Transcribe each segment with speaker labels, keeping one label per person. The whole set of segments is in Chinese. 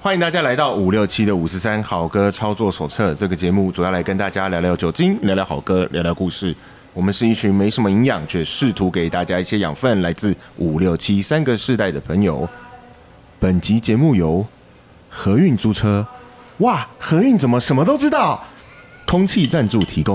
Speaker 1: 欢迎大家来到五六七的五十三好歌操作手册这个节目，主要来跟大家聊聊酒精，聊聊好歌，聊聊故事。我们是一群没什么营养，却试图给大家一些养分，来自五六七三个世代的朋友。本集节目由何运租车，哇，何运怎么什么都知道？空气赞助提供。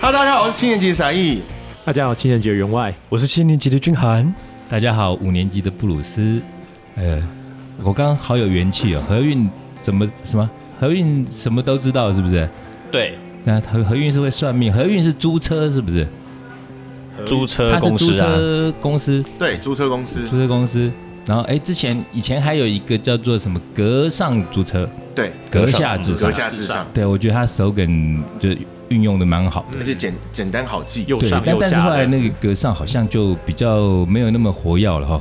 Speaker 1: Hello，大家好，我是青年级傻义。
Speaker 2: 大家好，情人节员外，
Speaker 3: 我是七年级的俊涵，
Speaker 4: 大家好，五年级的布鲁斯，呃，我刚刚好有元气哦。何运怎么什么？何运什么都知道是不是？
Speaker 5: 对，
Speaker 4: 那何何运是会算命，何运是租车是不是？
Speaker 5: 租车
Speaker 4: 他是
Speaker 5: 公
Speaker 4: 租
Speaker 5: 司啊，
Speaker 4: 车公司，
Speaker 1: 对，租车公司
Speaker 4: 租。车公司。然后哎，之前以前还有一个叫做什么“格上租车
Speaker 1: 对，”，
Speaker 4: 阁下至
Speaker 1: 阁
Speaker 4: 上。
Speaker 1: 下至上，
Speaker 4: 对，我觉得他 slogan 就运用的蛮好的。
Speaker 1: 而且简简单好记。
Speaker 2: 右
Speaker 4: 对，
Speaker 2: 上
Speaker 4: 但
Speaker 2: 右
Speaker 4: 但是
Speaker 2: 下
Speaker 4: 后来
Speaker 2: 的，
Speaker 4: 那个格上好像就比较没有那么活跃了哈、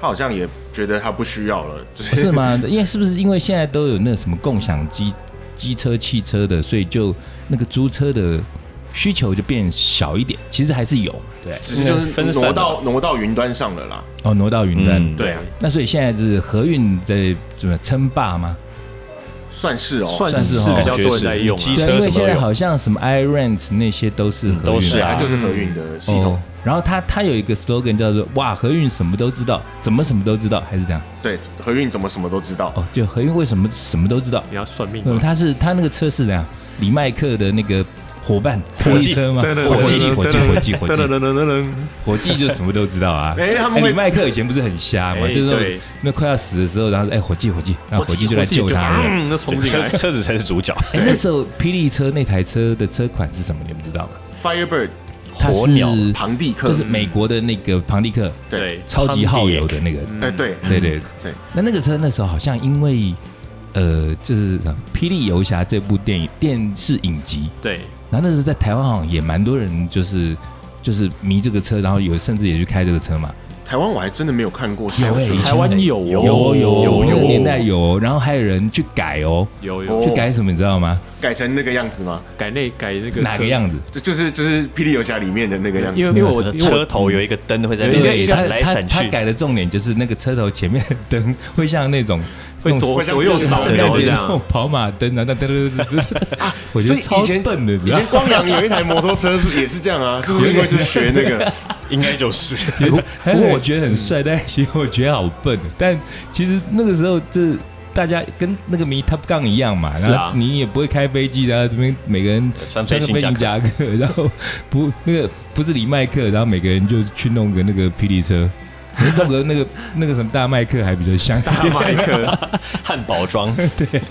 Speaker 1: 他好像也觉得他不需要了，就
Speaker 4: 不
Speaker 1: 是
Speaker 4: 哦是吗？因为是不是因为现在都有那什么共享机机车、汽车的，所以就那个租车的需求就变小一点。其实还是有，对，
Speaker 1: 只是就是
Speaker 5: 分散
Speaker 1: 挪
Speaker 5: 了
Speaker 1: 到挪到云端上了啦。
Speaker 4: 哦，挪到云端。
Speaker 5: 嗯
Speaker 1: 对啊，
Speaker 4: 那所以现在是何运在怎么称霸吗？
Speaker 1: 算是哦，
Speaker 2: 算
Speaker 4: 算是
Speaker 2: 是
Speaker 4: 哦
Speaker 2: 比较多人在用啊
Speaker 5: 机
Speaker 4: 对，
Speaker 5: 车
Speaker 4: 因为
Speaker 5: 什
Speaker 4: 现
Speaker 5: 么
Speaker 4: 在
Speaker 5: 都有，
Speaker 4: 好像什么 iRent 那些都是何运、
Speaker 5: 嗯都是
Speaker 1: 对啊，
Speaker 5: 啊
Speaker 1: 就是合运的系统
Speaker 4: 哦。。然后他他有一个 slogan 叫做“哇，何运什么都知道，怎么什么都知道”，还是这样
Speaker 1: 对，合运怎么什么都知道。
Speaker 4: 哦，就何运为什么什么都知道？
Speaker 2: 你要算命
Speaker 4: 嗯，
Speaker 2: 吗？
Speaker 4: 他是他那个车是怎样？李麦克的那个伙伴
Speaker 5: 伙计
Speaker 4: 火车吗？
Speaker 2: 对
Speaker 4: 火计
Speaker 2: 对
Speaker 4: 火计火计火
Speaker 2: 噔噔
Speaker 4: 计
Speaker 2: 噔噔噔噔，
Speaker 4: 火计就什么都知道啊。
Speaker 1: 哎他们会
Speaker 4: 李麦克以前不是很瞎嘛，
Speaker 2: 哎
Speaker 4: 就是说
Speaker 2: 对
Speaker 4: 那快要死的时候，然后哎火计火计，然后火计就来
Speaker 2: 我自己
Speaker 4: 救他。哎，
Speaker 2: 嗯，那冲进
Speaker 5: 车
Speaker 2: 来，
Speaker 5: 车子才是主角，
Speaker 4: 那时候霹雳车那台车的车款是什么？你们知道吗？
Speaker 1: Firebird
Speaker 4: 它
Speaker 5: 火鸟
Speaker 4: 是
Speaker 1: 庞蒂克，
Speaker 4: 嗯就是美国的那个庞蒂克，
Speaker 1: 对，
Speaker 4: 超级耗油的那个。
Speaker 1: 哎对
Speaker 4: 对对
Speaker 1: 对。
Speaker 4: 那那个车那时候好像因为呃，就是呃《霹雳游侠》这部电影电视影集。
Speaker 2: 对，
Speaker 4: 然后那时候在台湾好像也蛮多人就是就是迷这个车，然后有甚至也去开这个车嘛。
Speaker 1: 台湾我还真的没有看过，
Speaker 4: 欸以前
Speaker 2: 台湾
Speaker 4: 很
Speaker 2: 有哦有
Speaker 4: 有有
Speaker 2: 有
Speaker 4: 那个年代有哦，然后还有人去改哦，
Speaker 2: 有
Speaker 1: 哦
Speaker 2: 有
Speaker 4: 去改什么你知道吗？
Speaker 1: 改成那个样子吗？
Speaker 2: 改那改那个
Speaker 4: 哪
Speaker 2: 车
Speaker 4: 个？样子？
Speaker 1: 就就是就是《霹雳游侠》里面的那个样子
Speaker 2: 因。为因为我因为
Speaker 5: 车
Speaker 2: 我
Speaker 5: 头有一个灯会在
Speaker 4: 嗯
Speaker 5: 那
Speaker 2: 有一个
Speaker 5: 边闪来
Speaker 4: 他他
Speaker 5: 闪
Speaker 4: 他
Speaker 5: 去，
Speaker 4: 改的重点就是那个车头前面的灯 会像那种
Speaker 2: 会左
Speaker 1: 会像
Speaker 2: 左右扫
Speaker 4: 圣诞
Speaker 2: 描
Speaker 4: 节
Speaker 2: 这
Speaker 4: 那种
Speaker 2: 样，啊
Speaker 4: 跑马灯啊，那噔噔噔 噔噔，我觉
Speaker 1: 所
Speaker 4: 得
Speaker 1: 以
Speaker 4: 超
Speaker 1: 以前
Speaker 4: 笨的，你
Speaker 1: 以
Speaker 4: 知道
Speaker 1: 前光良有一台摩托车是也是这样啊，是不是因为就是学那个？
Speaker 5: 应该就是。
Speaker 4: 不过我觉得很帅，但其实我觉得好笨。 但其实那个时候，这大家跟那个迷 Top Gun 一样嘛，
Speaker 2: 是啊
Speaker 4: 然后你也不会开飞机，然后这边每个人
Speaker 5: 穿
Speaker 4: 穿
Speaker 5: 飞行
Speaker 4: 个飞行夹 克，然后不那个不是李麦克，然后每个人就去弄个那个霹雳车， 弄个那个那个什么大麦克还比较像。
Speaker 2: 麦 克。
Speaker 5: 汉堡装，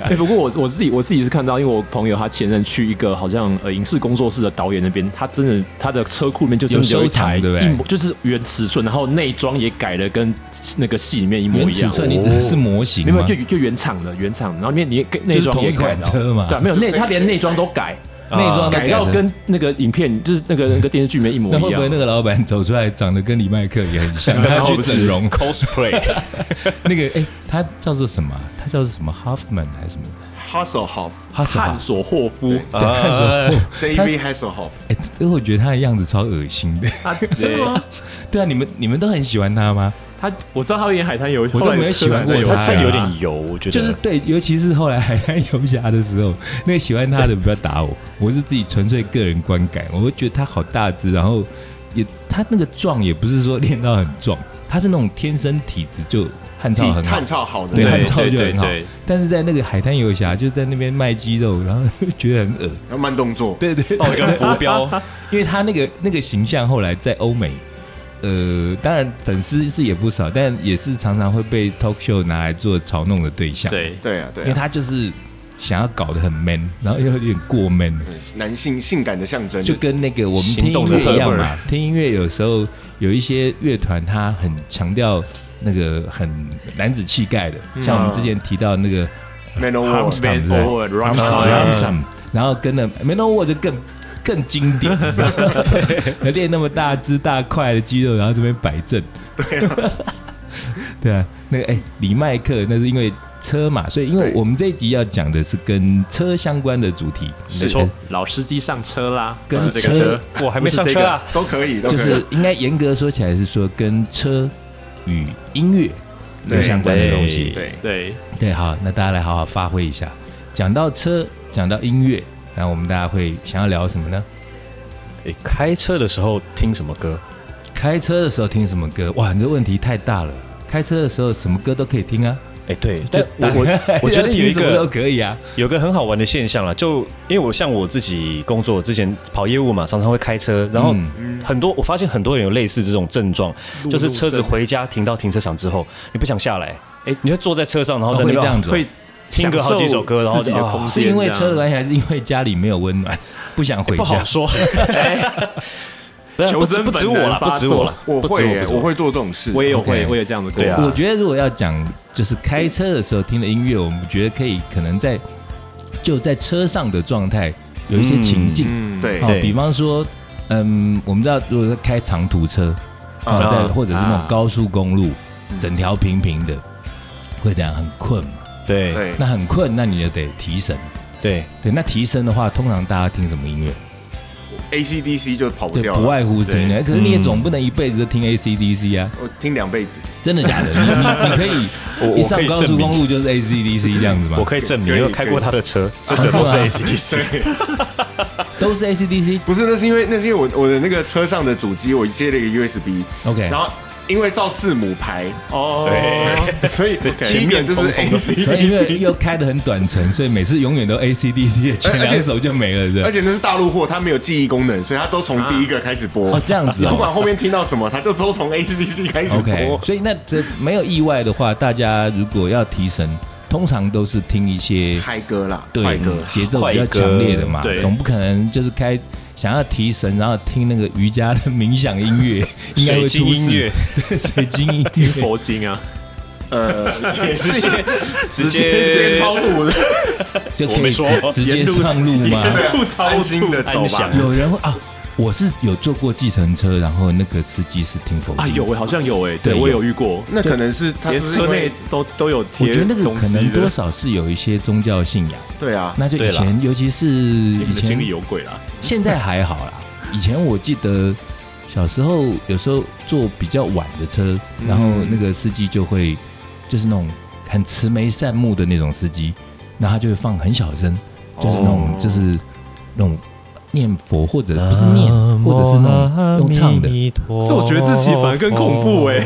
Speaker 2: 哎、不过我我自己我自己是看到，因为我朋友他前任去一个好像呃影视工作室的导演那边，他真的他的车库里面就真的
Speaker 4: 有
Speaker 2: 有一
Speaker 4: 收藏
Speaker 2: 台
Speaker 4: 对不对
Speaker 2: 一模就是原尺寸，然后内装也改了，跟那个戏里面一模
Speaker 4: 原
Speaker 2: 一
Speaker 4: 尺
Speaker 2: 样。
Speaker 4: 寸你只是模型
Speaker 2: 没有
Speaker 4: 吗
Speaker 2: 就？就原厂的原厂的，然后里面你跟内装也改
Speaker 4: 就是同一款
Speaker 2: 了
Speaker 4: 车嘛
Speaker 2: 对啊，没有内他连内装都改， 啊
Speaker 4: 内装都
Speaker 2: 改到
Speaker 4: 成
Speaker 2: 跟那个影片就是那个那个电视剧里面一模
Speaker 4: 那会
Speaker 2: 一
Speaker 4: 不会
Speaker 2: 样
Speaker 4: 那。个老板走出来长得跟李麦克也很像？他去整容
Speaker 5: cosplay，
Speaker 4: 那个哎，他叫做什么啊？他叫做什么 Hoffman 还是什么？
Speaker 1: Hasselhoff
Speaker 4: 哈斯哈
Speaker 2: 探索霍夫
Speaker 1: 对
Speaker 2: 啊
Speaker 4: 对，他说哦
Speaker 1: ，David Hasselhoff，
Speaker 4: 哎、因为我觉得他的样子超恶心的。
Speaker 2: 他对
Speaker 4: 对啊，你们你们都很喜欢他吗？
Speaker 2: 他我知道他演海滩游，
Speaker 4: 我都没有喜欢过
Speaker 2: 后来
Speaker 4: 他
Speaker 5: 他
Speaker 2: 车
Speaker 5: 有点油，我觉得。
Speaker 4: 就是对，尤其是后来海滩游侠的时候，那个喜欢他的不要打我， 我是自己纯粹个人观感，我会觉得他好大只，然后也他那个壮也不是说练到很壮，他是那种天生体质就汗
Speaker 1: 体
Speaker 4: 臭很好
Speaker 1: 探。照好的
Speaker 4: 对，
Speaker 1: 那个
Speaker 2: 对
Speaker 4: 汗臭就
Speaker 2: 对
Speaker 4: 很好
Speaker 2: 对，
Speaker 4: 但是在那个海滩游侠就在那边卖鸡肉，然后觉得很恶。
Speaker 1: 然后慢动作，
Speaker 4: 对对对，
Speaker 5: 报一个浮标，
Speaker 4: 因为他那个那个形象后来在欧美，呃，当然粉丝是也不少，但也是常常会被 talk show 拿来做嘲弄的对象。，
Speaker 2: 对
Speaker 1: 对啊，对
Speaker 4: 因为
Speaker 1: 啊，
Speaker 4: 他就是想要搞得很 man，然后又有点过 man，
Speaker 1: 对男性性感的象征，
Speaker 4: 就跟那个我们听
Speaker 5: 行动
Speaker 4: 音
Speaker 5: 的
Speaker 4: 乐一样
Speaker 5: Herbert
Speaker 4: 嘛。听音乐有时候有一些乐团，他很强调那个很男子气概的，像我们之前提到那个
Speaker 1: Manowar
Speaker 4: Armstrong，对不对
Speaker 2: Manowar Rammstein
Speaker 4: Ramsam，然后跟了 m a n o w a 就更更经典，然后练那么大只大块的肌肉，然后这边摆正，对啊，对啊，那个哎、李麦克那是因为车嘛，所以因为
Speaker 1: 对
Speaker 4: 我们这一集要讲的是跟车相关的主题，
Speaker 5: 没错，
Speaker 2: 老司机上车啦，
Speaker 4: 跟
Speaker 2: 不是这个
Speaker 4: 哎车
Speaker 2: 车，
Speaker 5: 我还没
Speaker 2: 不是
Speaker 5: 上
Speaker 2: 这
Speaker 5: 车
Speaker 2: 个
Speaker 5: 啊，
Speaker 1: 都可以，都可
Speaker 4: 就
Speaker 1: 以。
Speaker 4: 是应该严格说起来是说跟车与音乐有
Speaker 1: 对
Speaker 4: 相关的东西。
Speaker 1: 对，
Speaker 2: 对，
Speaker 4: 对，好，那大家来好好发挥一下。讲到车，讲到音乐，那我们大家会想要聊什么呢？
Speaker 5: 诶哎开车的时候听什么歌？
Speaker 4: 开车的时候听什么歌？哇，你这问题太大了。开车的时候什么歌都可以听啊，
Speaker 5: 哎，对，但
Speaker 4: 大
Speaker 5: 我我我觉得
Speaker 4: 要听
Speaker 5: 有一
Speaker 4: 什么都
Speaker 5: 个
Speaker 4: 可以啊。
Speaker 5: 有个很好玩的现象啦，就因为我像我自己工作之前跑业务嘛，常常会开车，然后
Speaker 4: 嗯
Speaker 5: 很多我发现很多人有类似这种症状，
Speaker 2: 路
Speaker 5: 就是车子
Speaker 2: 路
Speaker 5: 回家停到停车场之后，你不想下来，哎
Speaker 2: 哎，
Speaker 5: 你就坐在车上，然后在
Speaker 4: 哦
Speaker 5: 那
Speaker 4: 会
Speaker 5: 边啊
Speaker 4: 这样子
Speaker 2: 政会
Speaker 5: 听个好几首歌然后
Speaker 2: 享受自己的
Speaker 5: 就哦
Speaker 2: 空间，啊
Speaker 4: 是因为车的关系，还是因为家里没有温暖， 不想回
Speaker 5: 哎不
Speaker 4: 家
Speaker 5: 好？说。 不
Speaker 2: 求生
Speaker 5: 不止
Speaker 2: 本
Speaker 5: 我
Speaker 2: 能
Speaker 5: 啦，不
Speaker 2: 发
Speaker 5: 止
Speaker 2: 作
Speaker 5: 我啦，
Speaker 1: 我
Speaker 5: 不止
Speaker 1: 会耶
Speaker 5: 不止
Speaker 1: 我会做这种事，
Speaker 2: 我也有会
Speaker 4: OK
Speaker 2: 我也这样子过
Speaker 5: 对。啊
Speaker 4: 我觉得如果要讲就是开车的时候听的音乐，我们觉得可以可能在就在车上的状态有一些情境，
Speaker 2: 嗯，
Speaker 1: 对
Speaker 4: 好、
Speaker 5: 对
Speaker 4: 比方说，嗯，我们知道如果是开长途车，
Speaker 1: 啊
Speaker 4: 啊，在
Speaker 2: 啊
Speaker 4: 或者是那种
Speaker 2: 啊
Speaker 4: 高速公路，整条平平的，会这样很困嘛？
Speaker 5: 对
Speaker 1: 对
Speaker 4: 那很困，那你就得提神。
Speaker 5: 对，
Speaker 4: 对，那提神的话，通常大家听什么音乐？
Speaker 1: ，ACDC 就跑不
Speaker 4: 对，
Speaker 1: 掉
Speaker 4: 不
Speaker 1: 了。
Speaker 4: 外乎是听的。可是你也
Speaker 5: 嗯
Speaker 4: 总不能一辈子都听 ACDC 啊，
Speaker 1: 我听两辈子，
Speaker 4: 真的假的？你你你可以
Speaker 5: 我
Speaker 4: 一
Speaker 5: 我可
Speaker 4: 上
Speaker 5: 以
Speaker 4: 高
Speaker 5: 证
Speaker 4: 速
Speaker 5: 明
Speaker 4: 公路就是 ACDC 这样子吗
Speaker 5: 我？可以证明，
Speaker 1: 可以
Speaker 5: 因为开过他的车，真
Speaker 4: 啊
Speaker 5: 的都是
Speaker 4: 是吗
Speaker 5: ACDC。
Speaker 4: 都是 ACDC。
Speaker 1: 不是，那是因为那是因为我我的那个车上的主机，我接了一个 USB，
Speaker 4: OK，
Speaker 1: 然后因为照字母排，
Speaker 2: 哦，
Speaker 5: 对，所以
Speaker 1: 第一个就是 ACDC，
Speaker 4: 可能因为又开的很短程，所以每次永远都 ACDC 的，前
Speaker 1: 而且
Speaker 4: 两首就没了，对
Speaker 1: 而。且那是大陆货，它没有记忆功能，所以它都从第一个开始播。
Speaker 4: 哦，这样子
Speaker 1: 你
Speaker 4: 哦。
Speaker 1: 不管后面听到什么，它就都从 ACDC 开始
Speaker 4: OK，
Speaker 1: 播。
Speaker 4: 所以那这没有意外的话，大家如果要提神，通常都是听一些
Speaker 1: 嗨歌啦，快
Speaker 4: 对
Speaker 1: 歌，
Speaker 4: 节奏
Speaker 5: 快
Speaker 4: 比较
Speaker 5: 歌
Speaker 4: 强烈的嘛，
Speaker 2: 对
Speaker 4: 总不可能就是开想要提神，然后听那个瑜伽的冥想音乐，应该
Speaker 5: 水
Speaker 4: 会
Speaker 5: 晶
Speaker 4: 出
Speaker 5: 音
Speaker 4: 事
Speaker 5: 乐。
Speaker 4: 对， 水晶音
Speaker 2: 听
Speaker 4: 乐。
Speaker 2: 佛经啊，
Speaker 4: 嗯
Speaker 1: 呃，也是
Speaker 5: 直接直
Speaker 1: 接
Speaker 5: 接
Speaker 1: 超度的，
Speaker 4: 就
Speaker 5: 我
Speaker 4: 可
Speaker 5: 没
Speaker 4: 以直
Speaker 5: 说
Speaker 4: 直接上路 吗？
Speaker 1: 不超心的走
Speaker 5: 安
Speaker 1: 吧
Speaker 5: 详。
Speaker 4: 有人会啊，我是有坐过计程车，然后那个司机是听佛
Speaker 2: 啊
Speaker 4: 经。
Speaker 2: 有哎，好像有哎，
Speaker 4: 对
Speaker 2: 对我有遇过，
Speaker 1: 那可能是它
Speaker 2: 连
Speaker 1: 是
Speaker 2: 车
Speaker 1: 因为
Speaker 2: 内都都有
Speaker 4: 我
Speaker 2: 贴
Speaker 4: 觉得那个
Speaker 2: 东
Speaker 4: 可
Speaker 2: 西
Speaker 4: 能多
Speaker 2: 的，
Speaker 4: 少是有一些宗教信仰，
Speaker 1: 对啊，
Speaker 4: 那就以
Speaker 5: 对啦
Speaker 4: 前，尤其是
Speaker 2: 你
Speaker 4: 以
Speaker 2: 们
Speaker 4: 前
Speaker 2: 心里有鬼啦，
Speaker 4: 现在还好啦，以前我记得小时候有时候坐比较晚的车，
Speaker 2: 嗯
Speaker 4: 然后那个司机就会就是那种很慈眉善目的那种司机，然后他就会放很小声，就是那种、
Speaker 1: 哦
Speaker 4: 就是那种念佛或者不是念，或者是那种用唱的
Speaker 5: 这
Speaker 2: 这我觉得自己反而更恐怖哎，
Speaker 4: 哦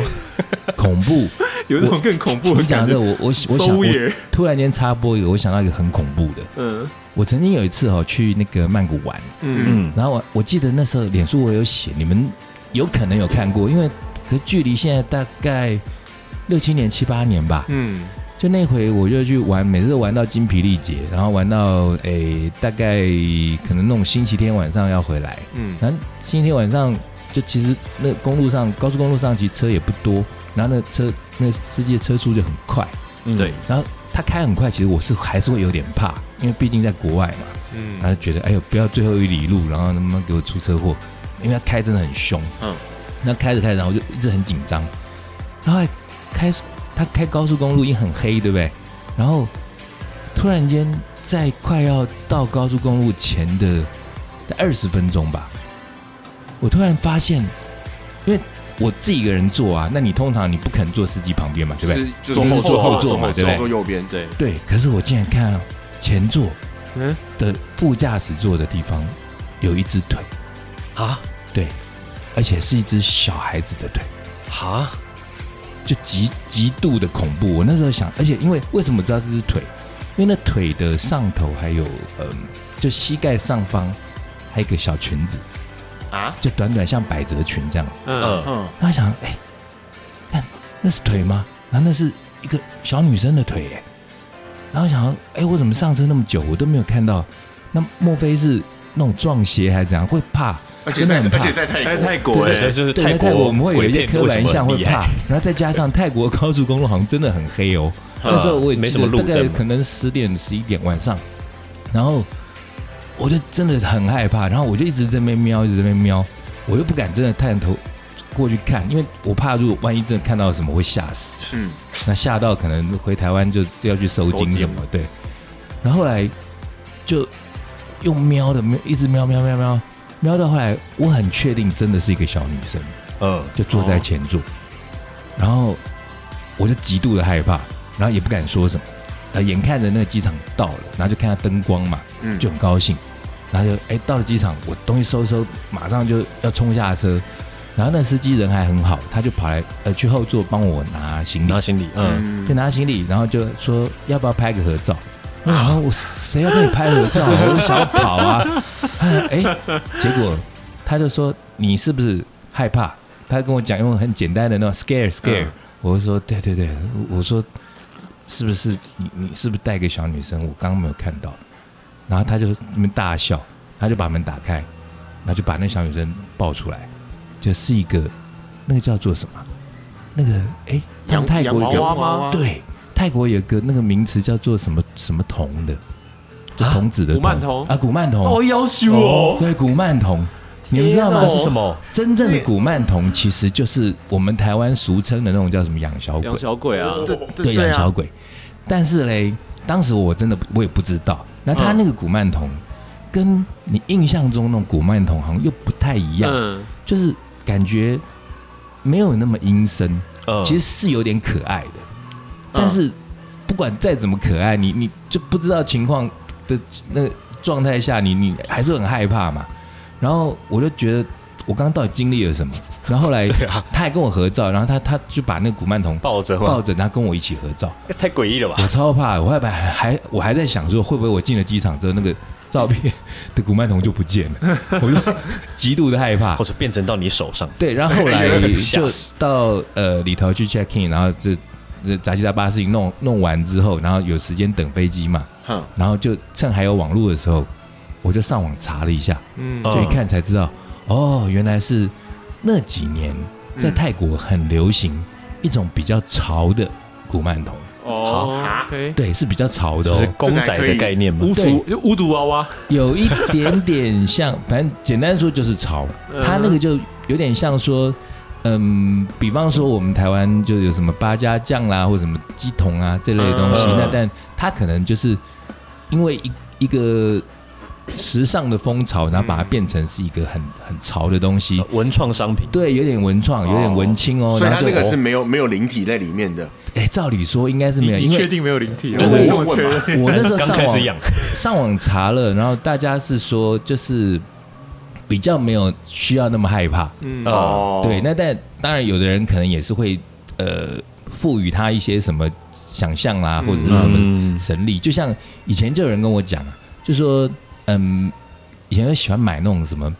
Speaker 4: 恐怖。
Speaker 2: 有一种更恐怖
Speaker 4: 你
Speaker 2: 的
Speaker 4: 讲
Speaker 2: 感
Speaker 4: 这
Speaker 2: 觉
Speaker 4: 个，。我 我我
Speaker 2: So
Speaker 4: 想哦我
Speaker 2: weird，
Speaker 4: 突然间插播一个，我想到一个很恐怖的。
Speaker 2: 嗯
Speaker 4: 我曾经有一次哦去那个曼谷玩，
Speaker 2: 嗯，
Speaker 5: 嗯，
Speaker 4: 然后我我记得那时候脸书我有写，你们有可能有看过，因为可距离现在大概六七年、七八年吧。
Speaker 2: 嗯，
Speaker 4: 就那回我就去玩，每次都玩到精疲力竭，然后玩到诶、大概可能那种星期天晚上要回来，
Speaker 2: 嗯
Speaker 4: 然后星期天晚上就其实那公路上高速公路上其实车也不多，然后那车那司机的车速就很快，
Speaker 5: 嗯
Speaker 2: 对，
Speaker 4: 然后他开很快，其实我是还是会有点怕，因为毕竟在国外嘛。他
Speaker 2: 嗯，
Speaker 4: 就觉得哎呦，不要最后一里路，然后他妈给我出车祸，因为他开真的很凶。
Speaker 1: 嗯，
Speaker 4: 那开着开着，然后我就一直很紧张。然后还开他开高速公路已经很黑，对不对？然后突然间在快要到高速公路前的二十分钟吧，我突然发现，因为我自己一个人坐啊，那你通常你不肯坐司机旁边嘛，对不对？
Speaker 1: 就是
Speaker 4: 坐后
Speaker 1: 坐
Speaker 4: 坐后
Speaker 1: 坐
Speaker 4: 座嘛对不对
Speaker 1: 坐右边，
Speaker 2: 对，
Speaker 4: 对，可是我竟然看到前座
Speaker 2: 嗯
Speaker 4: 的副驾驶座的地方有一只腿。
Speaker 5: 啊
Speaker 4: 对，而且是一只小孩子的腿，
Speaker 5: 啊，
Speaker 4: 就极极度的恐怖。我那时候想，而且因为为什么知道这只腿？因为那腿的上头还有嗯，就膝盖上方还有一个小裙子，
Speaker 1: 啊，
Speaker 4: 就短短像百褶裙这样。
Speaker 2: 嗯，
Speaker 5: 嗯，
Speaker 1: 嗯，
Speaker 4: 那我想，哎、看那是腿吗？然后那是一个小女生的腿耶。然后想说，哎、我怎么上车那么久，我都没有看到？那莫非是那种撞邪还是怎样？会怕？
Speaker 1: 而且
Speaker 4: 真的
Speaker 1: 在
Speaker 4: 很怕
Speaker 1: 而且在泰国，
Speaker 2: 在泰国
Speaker 5: 对
Speaker 2: 哎，
Speaker 5: 这就是
Speaker 4: 对，
Speaker 5: 泰
Speaker 4: 在
Speaker 5: 国
Speaker 4: 泰国我们会有一些
Speaker 5: 鬼片
Speaker 4: 刻
Speaker 5: 为什
Speaker 4: 板印
Speaker 5: 么
Speaker 4: 象
Speaker 5: 很
Speaker 4: 会
Speaker 5: 厉
Speaker 4: 怕
Speaker 5: 害，
Speaker 4: 然后再加上泰国高速公路好像真的很黑哦。
Speaker 5: 嗯
Speaker 4: 那时候我也
Speaker 5: 没
Speaker 4: 记
Speaker 5: 什么
Speaker 4: 得
Speaker 5: 路
Speaker 4: 大概
Speaker 5: 灯嘛
Speaker 4: 可能十点十一点晚上，然后我就真的很害怕，然后我就一直在那边瞄，一直在那边瞄，我又不敢真的探头过去看，因为我怕如果万一真的看到什么会吓死。
Speaker 1: 嗯，
Speaker 4: 那吓到可能回台湾就就要去收
Speaker 1: 收
Speaker 4: 金
Speaker 1: 金
Speaker 4: 什么，对。然后后来就用瞄的，一直瞄瞄瞄瞄瞄到后来，我很确定真的是一个小女生，
Speaker 5: 嗯，
Speaker 4: 就坐在前座，哦然后我就极度的害怕，然后也不敢说什么。呃，眼看着那个机场到了，然后就看它灯光嘛，
Speaker 1: 嗯
Speaker 4: 就很高兴，然后就哎、到了机场，我东西收一收，马上就要冲下车，然后那司机人还很好，他就跑来呃去后座帮我拿行李
Speaker 5: 拿，行李，嗯，
Speaker 1: 嗯
Speaker 4: 就拿行李，然后就说要不要拍个 合照。我想说我谁要跟你拍合照、啊？我想要跑啊！ 哎、结果他就说你是不是害怕？他跟我讲用很简单的那种 scare scare，、
Speaker 1: 嗯
Speaker 4: 我就说对对对，我我说是不是你你是不是带个小女生？我刚刚没有看到，然后他就那边大笑，他就把门打开，然后就把那小女生抱出来，就是一个那个叫做什么？那个哎，像
Speaker 1: 洋
Speaker 4: 泰国
Speaker 1: 洋
Speaker 4: 有
Speaker 1: 娃娃啊吗
Speaker 4: 对，泰国有个那个名词叫做什么什么童的，就童子的
Speaker 2: 古曼童
Speaker 4: 啊，古曼童
Speaker 2: 哦，要求哦，
Speaker 4: 对，古曼童，你们知道吗？
Speaker 2: 天
Speaker 5: 那是什？么？
Speaker 4: 真正的古曼童其实就是我们台湾俗称的那种叫什么养小鬼
Speaker 2: 养，小鬼啊，
Speaker 1: 这这
Speaker 4: 对，
Speaker 1: 对
Speaker 4: 养小
Speaker 1: 啊，
Speaker 4: 鬼。但是嘞，当时我真的不我也不知道，那他那个古曼童跟你印象中那种古曼童好像又不太一样，
Speaker 2: 嗯，
Speaker 4: 就是感觉没有那么阴森。
Speaker 5: 嗯，
Speaker 4: 其实
Speaker 5: 实
Speaker 4: 是有点可爱的，但是不管再怎么可爱，你你就不知道情况的那个状态下，你你还是很害怕嘛。然后我就觉得我刚刚到底经历了什么？然后后 来他还跟我合照，然后他他就把那个古曼童
Speaker 5: 啊抱着
Speaker 4: 抱嗯
Speaker 5: 吧，
Speaker 4: 着，然后跟我一起合照。
Speaker 5: 太诡异了吧？
Speaker 4: 我超怕，我害怕，还我还在想说，会不会我进了机场之后，那个照片 的古曼童就不见了？我就极度的害怕
Speaker 5: 或。者变成到你手上，
Speaker 4: 对，然后后来就
Speaker 5: 吓死
Speaker 4: 到呃里头去 check in，然后这这杂七杂八事情弄弄完之后，然后有时间等飞机嘛，
Speaker 1: 哼，
Speaker 4: 然后就趁还有网络的时候，我就上网查了一下，
Speaker 2: 嗯
Speaker 5: 嗯
Speaker 4: 就一看才知道，哦，原来是那几年在
Speaker 1: 嗯
Speaker 4: 泰国很流行一种比较潮的古曼童，
Speaker 2: 哦
Speaker 1: 好
Speaker 2: ，OK，
Speaker 4: 啊对，是比较潮的
Speaker 5: 就
Speaker 4: 哦
Speaker 5: 是，公仔的概念嘛
Speaker 4: 嗯
Speaker 2: 巫。毒就巫毒娃娃，
Speaker 4: 有一点点像，反正简单说就是潮，
Speaker 2: 嗯
Speaker 4: 它那个就有点像说，嗯，比方说我们台湾就有什么八家酱啦，或者什么鸡桶啊这类的东西，
Speaker 5: 嗯
Speaker 4: 那但它可能就是因为一一个时尚的风潮，然后把它变成是一个很很潮的东西，
Speaker 5: 呃文创商品，
Speaker 4: 对，有点文创，有点文青哦，
Speaker 1: 所以
Speaker 4: 然
Speaker 1: 它
Speaker 4: 后就
Speaker 1: 那个是
Speaker 4: 哦
Speaker 1: 没有没有灵体在里面的，
Speaker 4: 哎，照理说应该是没有，
Speaker 2: 你
Speaker 4: 因
Speaker 2: 你确
Speaker 4: 为
Speaker 2: 定没有灵体
Speaker 1: 因
Speaker 2: 啊？
Speaker 1: 为
Speaker 2: 是
Speaker 1: 我
Speaker 2: 这么
Speaker 1: 问
Speaker 2: 确
Speaker 1: 嘛
Speaker 2: 认。
Speaker 4: 我那时候
Speaker 5: 刚
Speaker 4: 上
Speaker 5: 开
Speaker 4: 网
Speaker 5: 始养，
Speaker 4: 上网查了，然后大家是说就是比较没有需要那么害怕，
Speaker 2: 嗯
Speaker 5: 呃
Speaker 1: 哦，
Speaker 4: 对。那但当然，有的人可能也是会呃赋予他一些什么想象啦，
Speaker 1: 嗯
Speaker 4: 或者是什么神力。就像以前就有人跟我讲啊，就说嗯，以前就喜欢买那种什么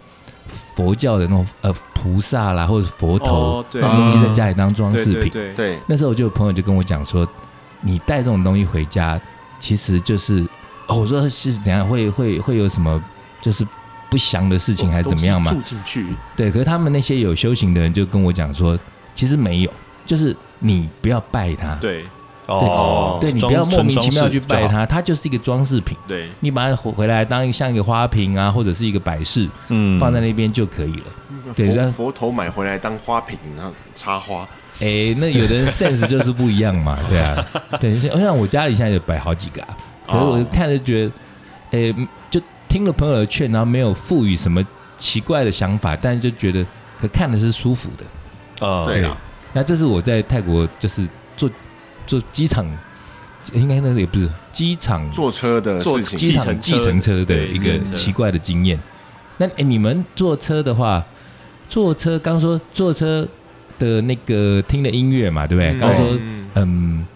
Speaker 4: 佛教的那种呃菩萨啦，或者佛头
Speaker 2: 哦对
Speaker 4: 那种东西在家里当装饰
Speaker 2: 对对
Speaker 4: 品。
Speaker 2: 对，
Speaker 1: 对，
Speaker 4: 那时候我就有朋友就跟我讲说，你带这种东西回家，其实就是哦，我说是怎样会会会有什么就是不祥的事情还是怎么样嘛
Speaker 2: 东？西住进去，
Speaker 4: 对，可是他们那些有修行的人就跟我讲说，其实没有，就是你不要拜他，
Speaker 2: 对
Speaker 5: 哦，
Speaker 4: 对你
Speaker 5: 装
Speaker 4: 不要莫名其妙去拜，
Speaker 5: 纯装饰就好
Speaker 4: 它，它就是一个装饰品，
Speaker 2: 对，
Speaker 4: 你把它回回来当一个像一个花瓶啊，或者是一个摆饰
Speaker 5: 嗯
Speaker 4: 放在那边就可以了。对这
Speaker 1: 佛
Speaker 4: 样
Speaker 1: 佛头买回来当花瓶，然后插花，
Speaker 4: 哎、那有的人 sense 就是不一样嘛，对啊，对，像像我家里现在就摆好几个啊，可是我看着觉得，哎、就听了朋友的劝，然后没有赋予什么奇怪的想法，但是就觉得可看的是舒服的。
Speaker 5: 啊，
Speaker 4: 哦
Speaker 1: 对啊，
Speaker 4: 那这是我在泰国就是做做机场，应该那个也不是机场
Speaker 1: 坐车的
Speaker 2: 坐
Speaker 1: 事情，
Speaker 4: 机场
Speaker 2: 计
Speaker 4: 计
Speaker 2: 程
Speaker 4: 程
Speaker 2: 车
Speaker 4: 车的
Speaker 2: 对
Speaker 4: 一
Speaker 2: 计
Speaker 4: 个
Speaker 2: 程车
Speaker 4: 奇怪的经验。那哎、诶你们坐车的话，坐车刚说坐车的那个听的音乐嘛，对不对？
Speaker 2: 嗯
Speaker 4: 刚说
Speaker 2: 嗯
Speaker 4: 嗯，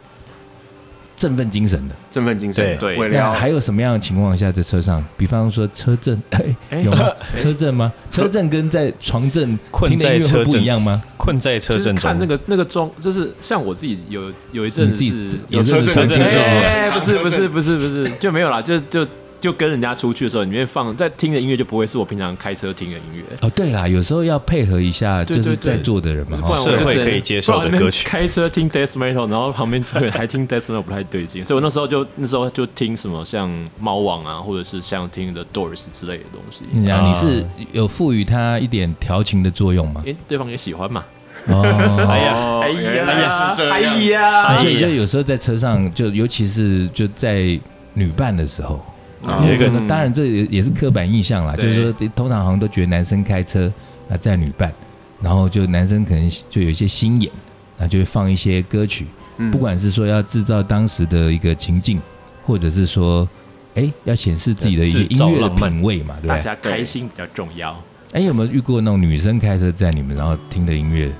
Speaker 4: 振奋精神的。
Speaker 1: 振奋精神，啊
Speaker 2: 对
Speaker 1: 为
Speaker 4: 那
Speaker 1: 了
Speaker 4: 还有什么样的情况下在车上？比方说车震，
Speaker 2: 哎
Speaker 4: 有吗？车震吗？车震跟在床震
Speaker 5: 困
Speaker 4: 听的音乐
Speaker 5: 在车
Speaker 4: 会不
Speaker 5: 震
Speaker 4: 一样吗？
Speaker 5: 困在
Speaker 2: 就
Speaker 5: 车
Speaker 2: 是
Speaker 5: 阵
Speaker 2: 看那
Speaker 5: 中，
Speaker 2: 个那个钟，就是像我自己有有一阵
Speaker 4: 你
Speaker 2: 子是
Speaker 4: 自己
Speaker 1: 有
Speaker 4: 也认识
Speaker 1: 车震
Speaker 4: 车
Speaker 1: 的
Speaker 4: 震
Speaker 1: 经验吗
Speaker 2: 哎，不是不是不是不是，就没有啦，就就就跟人家出去的时候，里面放在听的音乐就不会是我平常开车听的音乐，
Speaker 4: 哦，对啦，有时候要配合一下，
Speaker 2: 对
Speaker 4: 就
Speaker 2: 对
Speaker 4: 是在
Speaker 2: 对
Speaker 4: 座的人嘛，
Speaker 2: 不然
Speaker 4: 哈
Speaker 2: 我就
Speaker 5: 哦社会
Speaker 2: 觉得
Speaker 5: 可以接受的
Speaker 2: 不然那边
Speaker 5: 歌曲
Speaker 2: 开车听 death metal，然后旁边这个人还听 death metal 不太对劲，所以我那时候就那时候就听什么像猫王啊，或者是像听 The Doors 之类的东西，
Speaker 4: 你啊，
Speaker 5: 啊
Speaker 4: 你是有赋予它一点调情的作用吗？
Speaker 2: 因为对方也喜欢嘛，
Speaker 4: 哦，
Speaker 5: 哎呀
Speaker 1: 哦，
Speaker 5: 哎
Speaker 1: 原来
Speaker 5: 呀，
Speaker 1: 是这
Speaker 2: 哎
Speaker 1: 样
Speaker 2: 呀，
Speaker 4: 所以就有时候在车上，就尤其是就在女伴的时候，
Speaker 1: 哦
Speaker 5: 有一个
Speaker 4: 那当然这也也是刻板印象啦，就
Speaker 2: 对
Speaker 4: 是说通常好像都觉得男生开车啊载女伴，然后就男生可能就有一些心眼，那就会放一些歌曲，
Speaker 1: 嗯
Speaker 4: 不管是说要制造当时的一个情境，或者是说。哎，要显示自己的一些
Speaker 5: 制造
Speaker 4: 音乐的
Speaker 5: 浪漫
Speaker 4: 品味嘛，对不
Speaker 2: 大
Speaker 4: 对？
Speaker 2: 家开心比较重要。
Speaker 4: 哎，有没有遇过那种女生开车载你们，然后听的音乐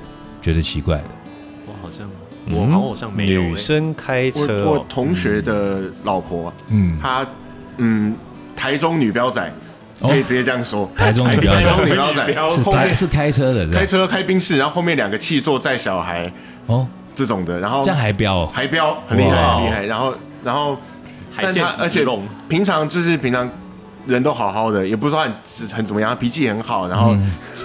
Speaker 4: 觉得奇怪的？
Speaker 2: 我好像，
Speaker 5: 嗯
Speaker 2: 我好像我好像没有
Speaker 5: 女
Speaker 2: 欸
Speaker 5: 生开
Speaker 1: 我
Speaker 5: 车
Speaker 1: 我
Speaker 5: 哦，
Speaker 1: 同学的老婆，
Speaker 4: 嗯，
Speaker 1: 她嗯，台中女标仔，
Speaker 4: 哦
Speaker 1: 可以直接这样说，
Speaker 4: 台中女标仔
Speaker 1: 台中女标仔，
Speaker 4: 是
Speaker 1: 后
Speaker 4: 开
Speaker 1: 面
Speaker 4: 是开车的，是吧
Speaker 1: 开车开宾士，然后后面两个气座载小孩
Speaker 4: 哦，
Speaker 1: 这种的，然后
Speaker 4: 这样还标哦，
Speaker 1: 还标很厉害
Speaker 5: 哇
Speaker 1: 很厉害，然后然后
Speaker 2: 海
Speaker 1: 但
Speaker 2: 鲜
Speaker 1: 他而且
Speaker 2: 龙，
Speaker 1: 平常就是平常人都好好的，也不是说很很怎么样，他脾气也很好，然
Speaker 4: 嗯
Speaker 1: 后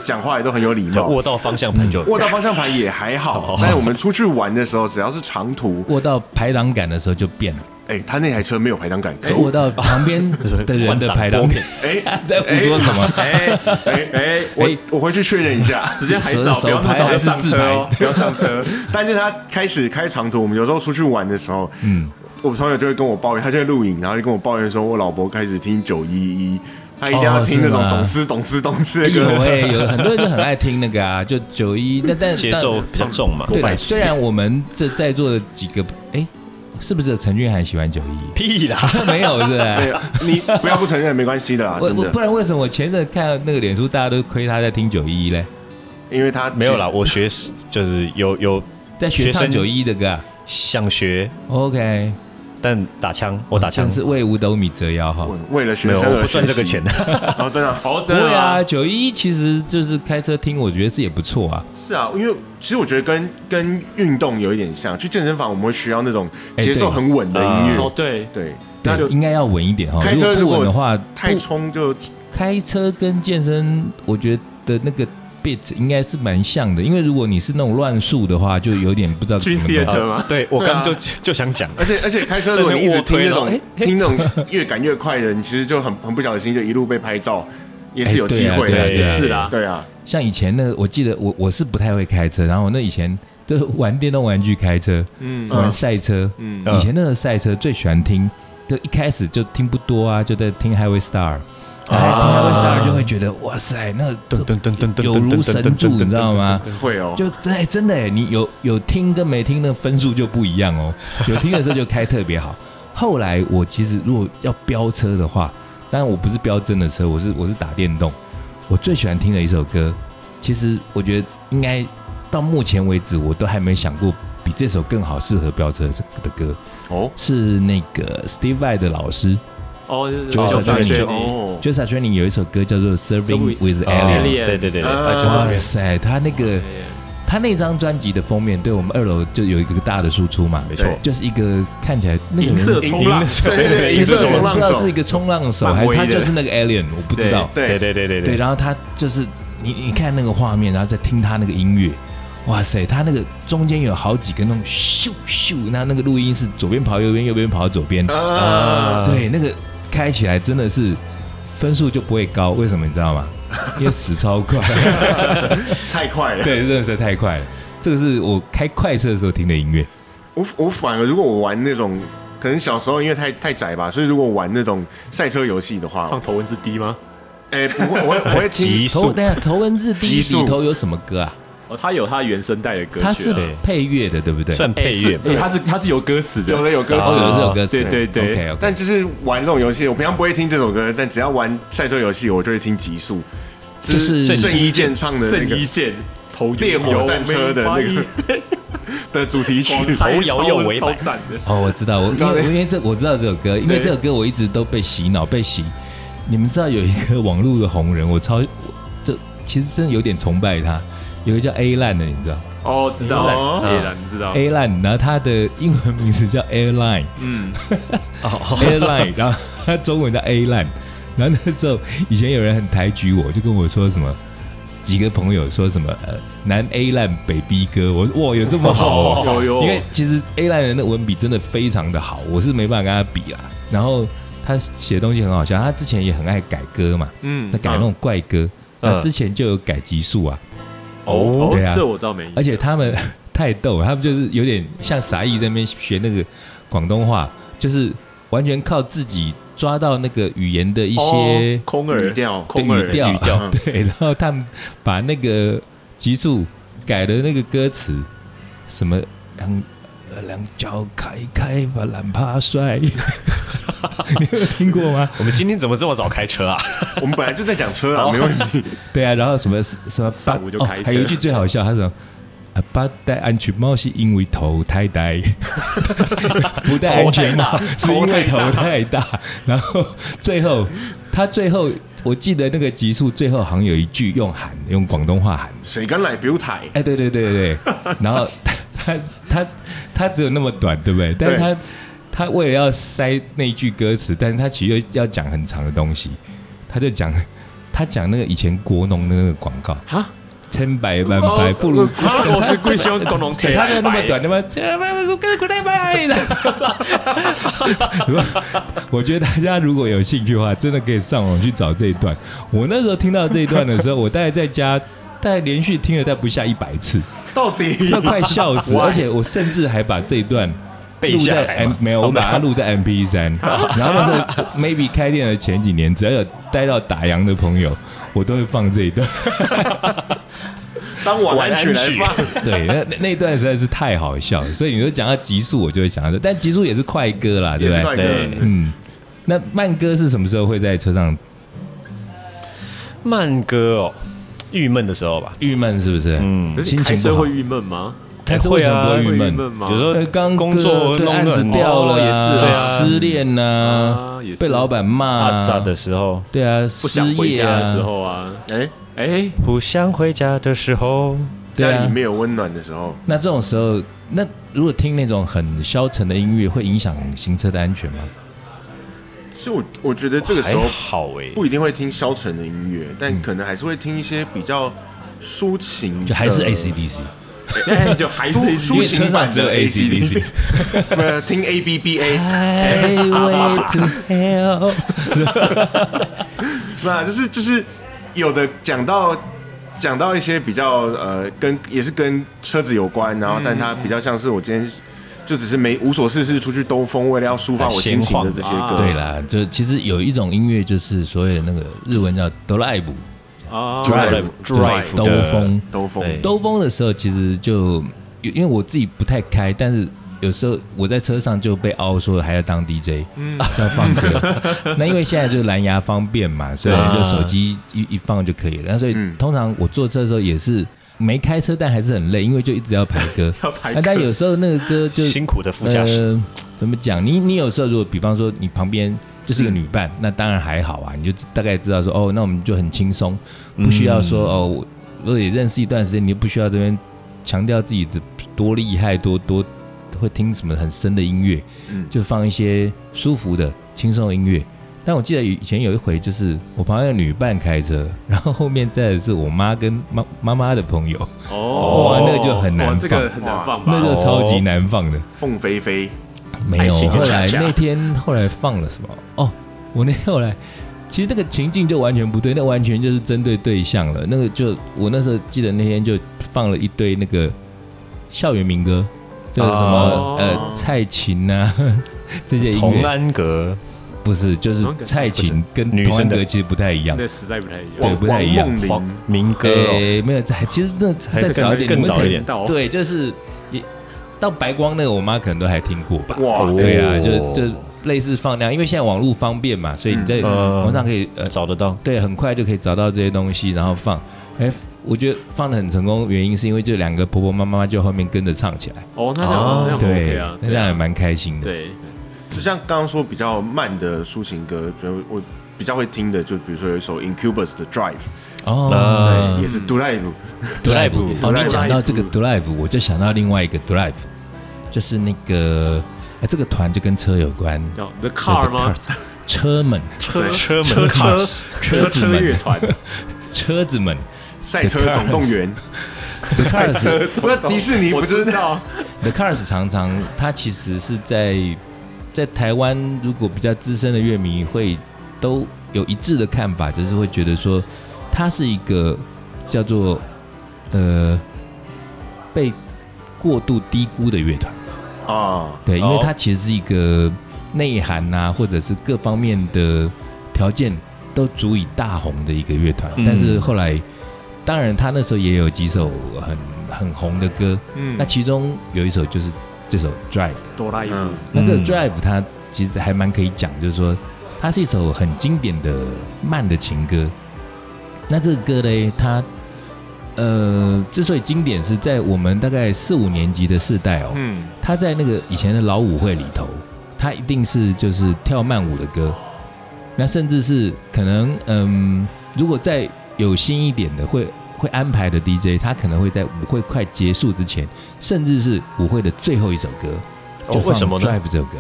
Speaker 1: 讲话也都很有礼貌。
Speaker 5: 握到方向盘就
Speaker 1: 握到方向盘也还
Speaker 4: 哦
Speaker 1: 好，但是我们出去玩的时候，只要是长途，
Speaker 4: 握到排挡杆的时候就变了，
Speaker 1: 哎、他那台车没有排挡杆，走，
Speaker 4: 握到旁边的人的排挡杆，
Speaker 1: 哎、
Speaker 4: 在胡说什么？
Speaker 2: 哎哎哎，我
Speaker 1: 我我回去确认一下。
Speaker 2: 时间还
Speaker 4: 手
Speaker 2: 早，
Speaker 4: 手
Speaker 2: 不要那么
Speaker 4: 牌
Speaker 2: 早
Speaker 4: 还
Speaker 2: 就是上
Speaker 4: 自
Speaker 2: 车哦，不要上车。
Speaker 1: 但是他开始开长途，我们有时候出去玩的时候，嗯，我朋友就会跟我抱怨，他就会录影，然后就跟我抱怨说，我老婆开始听九一一，他一定要
Speaker 4: 哦
Speaker 1: 听那
Speaker 4: 是
Speaker 1: 种
Speaker 4: 吗
Speaker 1: 懂吃懂吃懂吃的
Speaker 4: 有
Speaker 1: 歌。
Speaker 4: 哎、有很多人就很爱听那个啊，就九一，但但
Speaker 5: 节奏比较重嘛
Speaker 4: 但。对
Speaker 2: 我
Speaker 4: 啦
Speaker 2: 百
Speaker 4: 虽然我们这在座的几个，哎、是不是陈俊涵喜欢九一？
Speaker 5: 屁啦！
Speaker 4: 没 有是不
Speaker 1: 哎
Speaker 4: 是？
Speaker 1: 呀你不要不承认没关系的啦，
Speaker 4: 我
Speaker 1: 真
Speaker 4: 我
Speaker 1: 的
Speaker 4: 不，然为什么我前阵看到那个脸书，大家都亏他在听九一嘞，
Speaker 1: 因为他
Speaker 5: 没有啦，，我学就是有有
Speaker 4: 在学
Speaker 5: 学
Speaker 4: 唱
Speaker 5: 生
Speaker 4: 九一的歌、啊。
Speaker 5: 想学，
Speaker 4: OK，
Speaker 5: 但打枪，我打枪
Speaker 4: 真是为五斗米折腰哈。啊
Speaker 1: 为为了学
Speaker 5: 没有，
Speaker 1: 生
Speaker 5: 我
Speaker 1: 而
Speaker 5: 不赚这
Speaker 1: 学
Speaker 5: 个
Speaker 1: 习
Speaker 5: 钱。。
Speaker 1: 哦，真的啊
Speaker 2: 哦，真
Speaker 4: 不会
Speaker 2: 的
Speaker 4: 啊，
Speaker 2: 啊，
Speaker 4: 九一其实就是开车听，我觉得是也不错啊。
Speaker 1: 是啊，因为其实我觉得跟跟运动有一点像，去健身房我们会需要那种
Speaker 4: 哎
Speaker 1: 节奏
Speaker 4: 对
Speaker 1: 很稳的音乐，
Speaker 2: 哦对，
Speaker 1: 对，那
Speaker 4: 对，
Speaker 1: 就
Speaker 4: 应该要稳一点哈。
Speaker 1: 开车
Speaker 4: 如
Speaker 1: 如
Speaker 4: 果
Speaker 1: 果
Speaker 4: 不稳的话，
Speaker 1: 太
Speaker 4: 不
Speaker 1: 冲就
Speaker 4: 开车跟健身，我觉得那个 beat 应该是蛮像的。因为如果你是那种乱速的话，就有点不知道怎
Speaker 2: 去
Speaker 4: 么
Speaker 2: C
Speaker 4: 弄
Speaker 2: e。车吗？
Speaker 5: 对我刚就
Speaker 1: 对
Speaker 5: 就想讲，
Speaker 1: 而且而且开车，如果你一直听那种
Speaker 5: 在那边卧
Speaker 1: 听那种越赶越快的，你其实就很很不小心就一路被拍照，也是有机会
Speaker 4: 哎
Speaker 1: 的。
Speaker 4: 对啊对啊对啊
Speaker 2: 是啦，
Speaker 1: 对啊，
Speaker 4: 像以前呢，我记得我我是不太会开车，然后我那以前都是玩电动玩具开车，
Speaker 2: 嗯
Speaker 4: 玩赛车。
Speaker 2: 嗯，
Speaker 5: 嗯
Speaker 4: 以前那个赛车最喜欢听，就一开始就听不多啊，就在听 Highway Star。哎，
Speaker 2: 啊
Speaker 4: 听 Highway Star 就会觉得哇塞，那
Speaker 5: 噔噔噔噔噔
Speaker 4: 有如神助，你知道吗？
Speaker 1: 会哦。
Speaker 4: 就真哎真的哎，你有有听跟没听的分数就不一样哦。有听的时候就开特别好。后来我其实如果要飙车的话，当然我不是飙真的车，我是我是打电动。我最喜欢听的一首歌，其实我觉得应该到目前为止我都还没想过比这首更好适合飙车的歌，
Speaker 1: 哦
Speaker 4: 是那个 Steve Vai 的老师
Speaker 2: 哦，
Speaker 4: 就
Speaker 2: 就是
Speaker 4: 这个
Speaker 2: 上学你，
Speaker 1: 哦，
Speaker 4: j o s a t r a i n i n g 有一首歌叫做 Serving
Speaker 2: Serving
Speaker 4: with
Speaker 5: 哦
Speaker 4: Alien。
Speaker 2: Alien
Speaker 5: 对对对对，
Speaker 1: 啊
Speaker 5: 啊就是那
Speaker 4: 哇
Speaker 5: 边
Speaker 4: 塞，他那个。他那张专辑的封面，对我们二楼就有一个大的输出嘛，没
Speaker 1: 错
Speaker 4: 就是一个看起来那个人
Speaker 2: 银色冲浪，
Speaker 1: 对对对，
Speaker 5: 银
Speaker 1: 银
Speaker 5: 色
Speaker 1: 色冲
Speaker 4: 我不
Speaker 1: 浪
Speaker 4: 知道
Speaker 1: 手
Speaker 4: 是一，个冲浪手，
Speaker 2: 漫
Speaker 4: 还是
Speaker 2: 威
Speaker 4: 他
Speaker 2: 的
Speaker 4: 就是那个 alien，我不知道。
Speaker 5: 对
Speaker 1: 对，
Speaker 5: 对对对
Speaker 4: 对，然后他就是你你看那个画面，然后再听他那个音乐，哇塞，他那个中间有好几个那种咻咻，那那个录音是左边跑右边，右边跑左边，
Speaker 1: 啊，
Speaker 4: 对，那个开起来真的是分数就不会高，为什么你知道吗？因为死超快，
Speaker 1: 太快了。
Speaker 4: 对，真的是太快了。这个是我开快车的时候听的音乐。
Speaker 1: 我我反而如果我玩那种，可能小时候因为太太宅吧，所以如果玩那种赛车游戏的话
Speaker 2: 放，头文字 D 吗？
Speaker 1: 哎，不会，我会我会听
Speaker 5: 急
Speaker 4: 头
Speaker 5: 速
Speaker 4: 等一下头文字 D
Speaker 1: 极速
Speaker 4: 里头有什么歌啊？
Speaker 2: 哦，他有他原声带的歌曲啊，
Speaker 4: 它是
Speaker 5: 对
Speaker 4: 配乐的，对不对？
Speaker 5: 算配乐吧，
Speaker 2: 对，他是他是有歌词
Speaker 1: 有
Speaker 2: 的，
Speaker 1: 的有歌
Speaker 4: 哦，
Speaker 1: 词，
Speaker 4: 有这首歌词。
Speaker 2: 对对对
Speaker 4: OK OK。
Speaker 1: 但就是玩这种游戏，我平常不会听这首歌，但只要玩赛车游戏，我就会听极速，
Speaker 4: 就是
Speaker 1: 这郑伊健唱的那
Speaker 2: 郑
Speaker 1: 个
Speaker 2: 伊健头
Speaker 1: 烈火战车的那个的主题曲。
Speaker 5: 头摇又尾摆
Speaker 2: 超赞的，
Speaker 4: 哦，我知道，我
Speaker 1: 知
Speaker 4: 因
Speaker 1: 道
Speaker 4: 为因为这我知道这首歌，因为
Speaker 2: 对
Speaker 4: 这首歌我一直都被洗脑被洗。你们知道有一个网络的红人，我超我就其实真的有点崇拜他。有一个叫 A 烂的，你知道
Speaker 2: 哦，知道
Speaker 1: 哦
Speaker 2: 了，对了，你知道，
Speaker 4: ？A 烂，然后他的英文名字叫 Airline。
Speaker 2: 嗯，
Speaker 4: airline，然后它中文叫 A line。然后那时候以前有人很抬举我，就跟我说什么，几个朋友说什么呃南 A line 北 B 哥，我说哇有这么好、哦，
Speaker 2: 有有，
Speaker 4: 因为其实 A line 的那文笔真的非常的好，我是没办法跟他比啦。然后他写的东西很好笑，他之前也很爱改歌嘛，
Speaker 2: 嗯
Speaker 4: 他改那种怪歌，
Speaker 5: 嗯
Speaker 4: 他之前就有改集数啊，
Speaker 2: 哦
Speaker 4: 对啊，
Speaker 2: 这我倒没印象。
Speaker 4: 而且他们 太逗了，他们就是有点像傻义在那边学那个广东话，就是完全靠自己抓到那个语言的一些
Speaker 2: 哦空
Speaker 1: 语
Speaker 2: 耳
Speaker 1: 调嗯
Speaker 4: 对
Speaker 2: 空耳
Speaker 4: 语调，
Speaker 2: 语调
Speaker 4: 对，然后他们把那个集数改了那个歌词，什么两呃两脚开开把懒趴摔， 你有听过吗？
Speaker 5: 我们今天怎么这么早开车啊？
Speaker 1: 我们本来就在讲车
Speaker 4: 哦
Speaker 1: 啊，没问题。
Speaker 4: 对啊，然后什么什么
Speaker 2: 上午就
Speaker 4: 哦
Speaker 2: 开车
Speaker 4: 还有一句最好笑，他说啊，不戴安全帽是因为头太大，不戴安全帽是因为头太大。然后最后他最后我记得那个集数最后好像有一句用喊用广东话喊，
Speaker 1: 谁敢来不用抬？
Speaker 4: 哎，对对对对，对然后他他他他只有那么短，对不对？但是
Speaker 1: 对
Speaker 4: 他他为了要塞那一句歌词，但是他其实又要讲很长的东西，他就讲他讲那个以前国农的那个广告，
Speaker 2: 哈，
Speaker 4: 千百万百不如。
Speaker 2: 哦我是贵兄共同
Speaker 4: 他就那么短，，那么千百万不如跟古代拜。 我觉得大家如果有兴趣的话，真的可以上网去找这一段。我那时候听到这一段的时候，我大概在家大概连续听了大概不下一百次。
Speaker 1: 到底
Speaker 4: 那快笑死！
Speaker 2: Why？
Speaker 4: 而且我甚至还把这一段
Speaker 5: 背下
Speaker 4: 录在
Speaker 5: 来
Speaker 4: M
Speaker 5: 嘛
Speaker 4: 没有，我把它录在 MP 三。然后那时候 maybe 开店的前几年，只要有待到打烊的朋友，我都会放这一段。
Speaker 1: 当晚
Speaker 5: 晚
Speaker 1: 安曲来
Speaker 5: 安曲
Speaker 1: 放，
Speaker 4: 对，那那那段实在是太好笑了，所以你说讲到极速，我就会想到这，但极速也是快歌啦，对
Speaker 1: 也
Speaker 4: 不
Speaker 1: 是快
Speaker 4: 对？
Speaker 1: 歌。
Speaker 5: 对
Speaker 4: 嗯，那慢歌是什么时候会在车上？
Speaker 5: 慢歌哦，郁闷的时候吧。
Speaker 4: 郁闷是不是？
Speaker 5: 嗯，
Speaker 2: 可是你开车会郁闷吗？
Speaker 4: 开车为什么不
Speaker 5: 会
Speaker 4: 会
Speaker 5: 啊
Speaker 4: 郁
Speaker 2: 会郁
Speaker 4: 闷？
Speaker 2: 闷吗？
Speaker 5: 有时候
Speaker 4: 呃刚
Speaker 5: 工作
Speaker 4: 对
Speaker 5: 弄得
Speaker 4: 案子
Speaker 5: 很
Speaker 4: 掉了啊，
Speaker 2: 哦也是
Speaker 5: 对啊
Speaker 4: 失恋呐
Speaker 2: 啊也，是
Speaker 4: 被老板骂
Speaker 5: 阿扎的时候，
Speaker 4: 对啊，
Speaker 2: 不
Speaker 4: 失
Speaker 2: 想回
Speaker 4: 业
Speaker 2: 家
Speaker 4: 啊
Speaker 2: 的时，候啊，
Speaker 1: 哎，
Speaker 2: 哎，
Speaker 5: 不想回家的时候，
Speaker 4: 对啊
Speaker 1: 家里没有温暖的时候，
Speaker 4: 那这种时候，那如果听那种很消沉的音乐，会影响行车的安全吗？
Speaker 1: 其实我我觉得这个时
Speaker 5: 还
Speaker 1: 候
Speaker 5: 好哎，
Speaker 1: 不一定会听消沉的音乐，但可能还是会听一些比较抒情的，
Speaker 4: 就还是 ACDC，
Speaker 2: 哎，就还
Speaker 1: 抒
Speaker 2: 是
Speaker 1: 抒
Speaker 4: 因为
Speaker 1: 情
Speaker 4: 车
Speaker 1: 版
Speaker 4: 上只有
Speaker 1: 的
Speaker 4: AC/DC
Speaker 1: AC/DC，呃， 听 ABBA，
Speaker 4: Highway to Hell，
Speaker 1: 那就是就是有的讲到讲到一些比较呃跟也是跟车子有关，然后但它比较像是我今天就只是没无所事事出去兜风，为了要抒发我心情的这些
Speaker 2: 闲晃
Speaker 1: 歌，
Speaker 4: 对啦，就其实有一种音乐，就是所谓的那个日文叫哆啦 A
Speaker 2: 啊，
Speaker 1: Drive
Speaker 4: 兜风。
Speaker 1: 兜风
Speaker 5: 对
Speaker 4: 兜风的时候，其实就因因为我自己不太开，但是有时候我在车上就被凹说还要当 DJ，嗯，要放歌。那因为现在就是蓝牙方便嘛，所以
Speaker 2: 对
Speaker 4: 就手机一一放就可以了。那所以
Speaker 1: 嗯
Speaker 4: 通常我坐车的时候也是没开车，但还是很累，因为就一直要排歌。啊
Speaker 2: 要排
Speaker 4: 那但有时候那个歌就
Speaker 5: 辛苦的副驾驶，
Speaker 4: 呃、怎么讲？你你有时候如果比方说你旁边就是一个女伴，
Speaker 5: 嗯
Speaker 4: 那当然还好啊，你就大概知道说哦，那我们就很轻松，
Speaker 5: 嗯
Speaker 4: 不需要说、哦，我我也认识一段时间，你就不需要这边强调自己的多厉害，多多会听什么很深的音乐，
Speaker 1: 嗯
Speaker 4: 就放一些舒服的、轻松的音乐。但我记得以前有一回，就是我旁边的女伴开车，然后后面载的是我妈跟妈妈妈的朋友，
Speaker 2: 哦，
Speaker 4: 哇那个就很难
Speaker 2: 哇这个
Speaker 4: 放
Speaker 2: 很难放吧？
Speaker 5: 哦
Speaker 4: 那个超级难放的。
Speaker 1: 凤飞飞，
Speaker 4: 没有，
Speaker 2: 爱情
Speaker 4: 后
Speaker 2: 的
Speaker 4: 来
Speaker 2: 恰恰
Speaker 4: 那天后来放了什么？哦，我那后来其实那个情境就完全不对，那完全就是针对对象了。那个就我那时候记得那天就放了一堆那个校园民歌，就是什么、
Speaker 2: 哦
Speaker 4: 呃蔡琴啊 这些音
Speaker 5: 同
Speaker 4: 乐，
Speaker 5: 安阁，
Speaker 4: 不是就是
Speaker 2: 同安格
Speaker 4: 蔡琴跟
Speaker 5: 女
Speaker 4: 童安
Speaker 5: 生的
Speaker 4: 格其实不太一样。
Speaker 2: 那时代不太一
Speaker 4: 对
Speaker 2: 样。
Speaker 1: 王
Speaker 4: 不太
Speaker 1: 王
Speaker 4: 一样
Speaker 1: 梦
Speaker 5: 黄
Speaker 1: 玲，
Speaker 5: 民歌哦，
Speaker 4: 对，没有在，其实那
Speaker 5: 还
Speaker 4: 再
Speaker 5: 是
Speaker 4: 早一点，
Speaker 5: 更更
Speaker 4: 你们
Speaker 5: 早一点
Speaker 4: 可能对，就是也到白光那个，我妈可能都还听过吧。
Speaker 1: 哇，
Speaker 4: 对啊，
Speaker 5: 哦
Speaker 4: 就就类似放量，因为现在网络方便嘛，所以你在
Speaker 5: 嗯呃
Speaker 4: 网上可以、呃
Speaker 5: 找得到。
Speaker 4: 对，很快就可以找到这些东西，然后放。哎，我觉得放的很成功，原因是因为这两个婆婆妈妈就后面跟着唱起来，
Speaker 2: 哦，那这样
Speaker 5: 哦
Speaker 2: 那样 OK 啊，
Speaker 4: 那这
Speaker 2: 对
Speaker 4: 样也
Speaker 2: 啊，
Speaker 4: 蛮开心的。
Speaker 2: 对，
Speaker 1: 就像刚刚说比较慢的抒情歌，比如我比较会听的，就比如说有一首 Incubus 的 Drive，
Speaker 4: 哦
Speaker 1: 对，也是 Drive，
Speaker 4: d r i v
Speaker 5: 也
Speaker 4: e
Speaker 5: 是
Speaker 4: 哦，
Speaker 1: Drive
Speaker 4: 你讲到这个 Drive，我就想到另外一个 Drive，就是那个哎，这个团就跟车有关
Speaker 2: 叫哦 The Car 吗？
Speaker 4: The Cars，车们、
Speaker 2: 车
Speaker 5: 车门
Speaker 2: 车车
Speaker 5: Cars
Speaker 2: 车
Speaker 4: 车子们
Speaker 2: 车乐 团，
Speaker 4: 车子们
Speaker 1: 赛车总动员，
Speaker 4: ，The Cars
Speaker 1: 不是迪士尼，
Speaker 2: 我
Speaker 1: 不
Speaker 2: 知
Speaker 1: 是
Speaker 2: 道。
Speaker 4: The Cars 常常，它其实是在在台湾，如果比较资深的乐迷会都有一致的看法，就是会觉得说，它是一个叫做呃被过度低估的乐团。
Speaker 1: 啊，
Speaker 4: 对，因
Speaker 5: 哦
Speaker 4: 为它其实是一个内涵呐、或者是各方面的条件都足以大红的一个乐团。
Speaker 5: 嗯
Speaker 4: 但是后来，当然他那时候也有几首很很红的歌，
Speaker 2: 嗯
Speaker 4: 那其中有一首就是这首《Drive》。
Speaker 2: 哆啦 A
Speaker 1: 嗯
Speaker 2: 梦，
Speaker 4: 那这个
Speaker 5: 嗯
Speaker 4: 《Drive》它其实还蛮可以讲，就是说它是一首很经典的慢的情歌。那这个歌嘞，它呃之所以经典，是在我们大概四五年级的世代哦，
Speaker 1: 嗯
Speaker 4: 他在那个以前的老舞会里头，他一定是就是跳慢舞的歌，那甚至是可能嗯，如果再有心一点的，会会安排的 DJ，他可能会在舞会快结束之前，甚至是舞会的最后一首歌
Speaker 5: 哦
Speaker 4: 就
Speaker 5: 为
Speaker 4: 放
Speaker 5: 什么呢哦
Speaker 4: Drive 这首歌。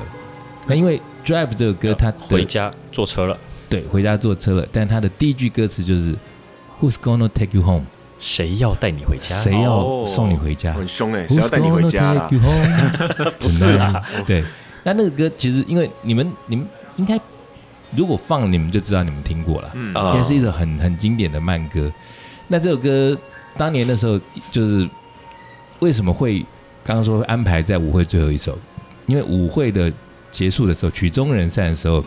Speaker 4: 那因为 Drive 这首歌，它的
Speaker 5: 回家坐车了，
Speaker 4: 对回家坐车了，但它的第一句歌词就是 Who's gonna take you home？
Speaker 5: 谁要带你回家？
Speaker 4: 谁
Speaker 2: 哦
Speaker 4: 要送你回家？
Speaker 1: 很凶哎，谁
Speaker 4: Who's
Speaker 1: 要带你回家
Speaker 4: gonna
Speaker 1: 啦
Speaker 4: take？you home？
Speaker 1: 不是啦
Speaker 4: 啦，啊对，那那个歌其实因为你们你们应该如果放你们就知道你们听过了，
Speaker 1: 嗯
Speaker 5: 啊
Speaker 4: 也是一首很很经典的慢歌。那这首歌当年的时候就是为什么会刚刚说会安排在舞会最后一首？因为舞会的结束的时候，曲终人散的时候，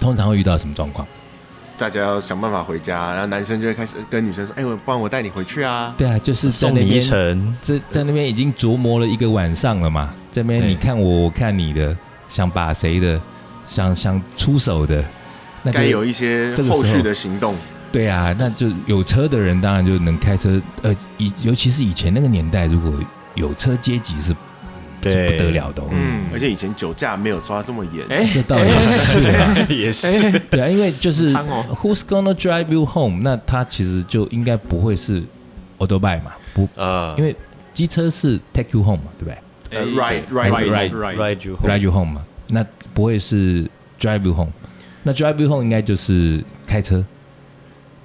Speaker 4: 通常会遇到什么状况？
Speaker 1: 大家要想办法回家，然后男生就会开始跟女生说：“哎，我帮我带你回去啊。
Speaker 4: 对啊，就是在
Speaker 5: 送
Speaker 4: 那
Speaker 5: 你一
Speaker 4: 边
Speaker 5: 程，
Speaker 4: 这在那边已经琢磨了一个晚上了嘛，这边
Speaker 5: 对
Speaker 4: 你看我，我看你的，想把谁的，想想出手的，”那就
Speaker 1: 该有一些
Speaker 4: 这个时候
Speaker 1: 后续的行动，
Speaker 4: 对啊，那就有车的人当然就能开车，呃，以尤其是以前那个年代，如果有车阶级是
Speaker 5: 对，
Speaker 4: 不 得了的、哦，
Speaker 1: 嗯，而且以前酒驾没有抓这么严，
Speaker 2: 哎，
Speaker 4: 这倒也是 啊，
Speaker 5: 也是
Speaker 2: 哎，
Speaker 4: 对啊，因为就是
Speaker 2: 很烫哦
Speaker 4: Who's gonna drive you home？那他其实就应该不会是 a u t o b i 嘛，不，
Speaker 5: 啊
Speaker 4: 因为机车是 take you home 嘛，对不对？
Speaker 1: 呃，right right
Speaker 4: 哎 right
Speaker 2: right，
Speaker 5: 哎 ride you
Speaker 4: drive you home 嘛，那不会是 drive you home，那 drive you home 应该就是开车，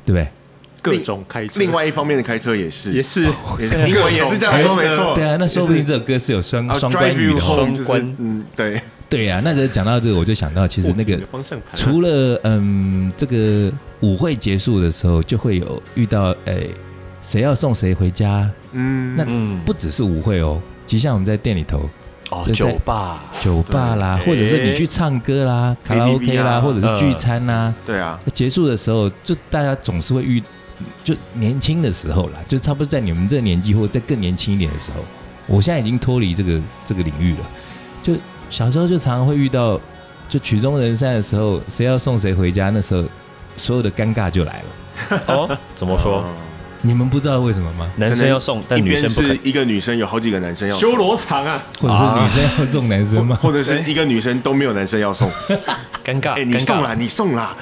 Speaker 4: 对不对？
Speaker 2: 各种开车，
Speaker 1: 另外一方面的开车也是，
Speaker 2: 也是
Speaker 4: 哦
Speaker 1: 也是英文也是这样说，没错。
Speaker 4: 对啊，那说不定
Speaker 1: 哦也是
Speaker 4: 这首歌是有双
Speaker 1: 啊
Speaker 4: 双关
Speaker 1: drive
Speaker 4: 语
Speaker 1: you
Speaker 4: 的、哦。
Speaker 1: home 就
Speaker 5: 双
Speaker 1: 是
Speaker 5: 关
Speaker 1: 嗯，对，
Speaker 4: 对啊，那只是讲到这个，我就想到其实那
Speaker 2: 握
Speaker 4: 个
Speaker 2: 紧你的方向盘啊，
Speaker 4: 除了嗯，这个舞会结束的时候就会有遇到诶，谁要送谁回家？
Speaker 1: 嗯，
Speaker 4: 那
Speaker 5: 嗯
Speaker 4: 不只是舞会哦，其实像我们在店里头、
Speaker 5: 哦
Speaker 4: 就在
Speaker 5: 酒吧
Speaker 4: 酒吧啦，
Speaker 2: 对
Speaker 4: 或者是你去唱歌啦、卡拉 OK
Speaker 1: KTV
Speaker 4: 啦，
Speaker 1: 啊
Speaker 4: 或者是聚餐啦。
Speaker 1: 对啊，
Speaker 4: 结束的时候，就大家总是会遇，就年轻的时候啦，就差不多在你们这个年纪，或者再更年轻一点的时候，我现在已经脱离这个这个领域了。就小时候就常常会遇到，就曲终人散的时候，谁要送谁回家，那时候所有的尴尬就来了。
Speaker 5: 哦，怎么说？
Speaker 4: 你们不知道为什么吗？
Speaker 5: 男生要送，但
Speaker 1: 一
Speaker 5: 女
Speaker 1: 边
Speaker 5: 生不
Speaker 1: 是
Speaker 5: 肯。
Speaker 1: 嗯一个女生有好几个男生要送
Speaker 2: 修罗场啊，
Speaker 4: 或者是女生要送男生吗？
Speaker 5: 啊
Speaker 1: 或者是一个女生都没有男生要 送，
Speaker 5: 尴尬，
Speaker 1: 哎，你
Speaker 5: 尴
Speaker 1: 送啦，
Speaker 5: 尬，
Speaker 1: 你送啦，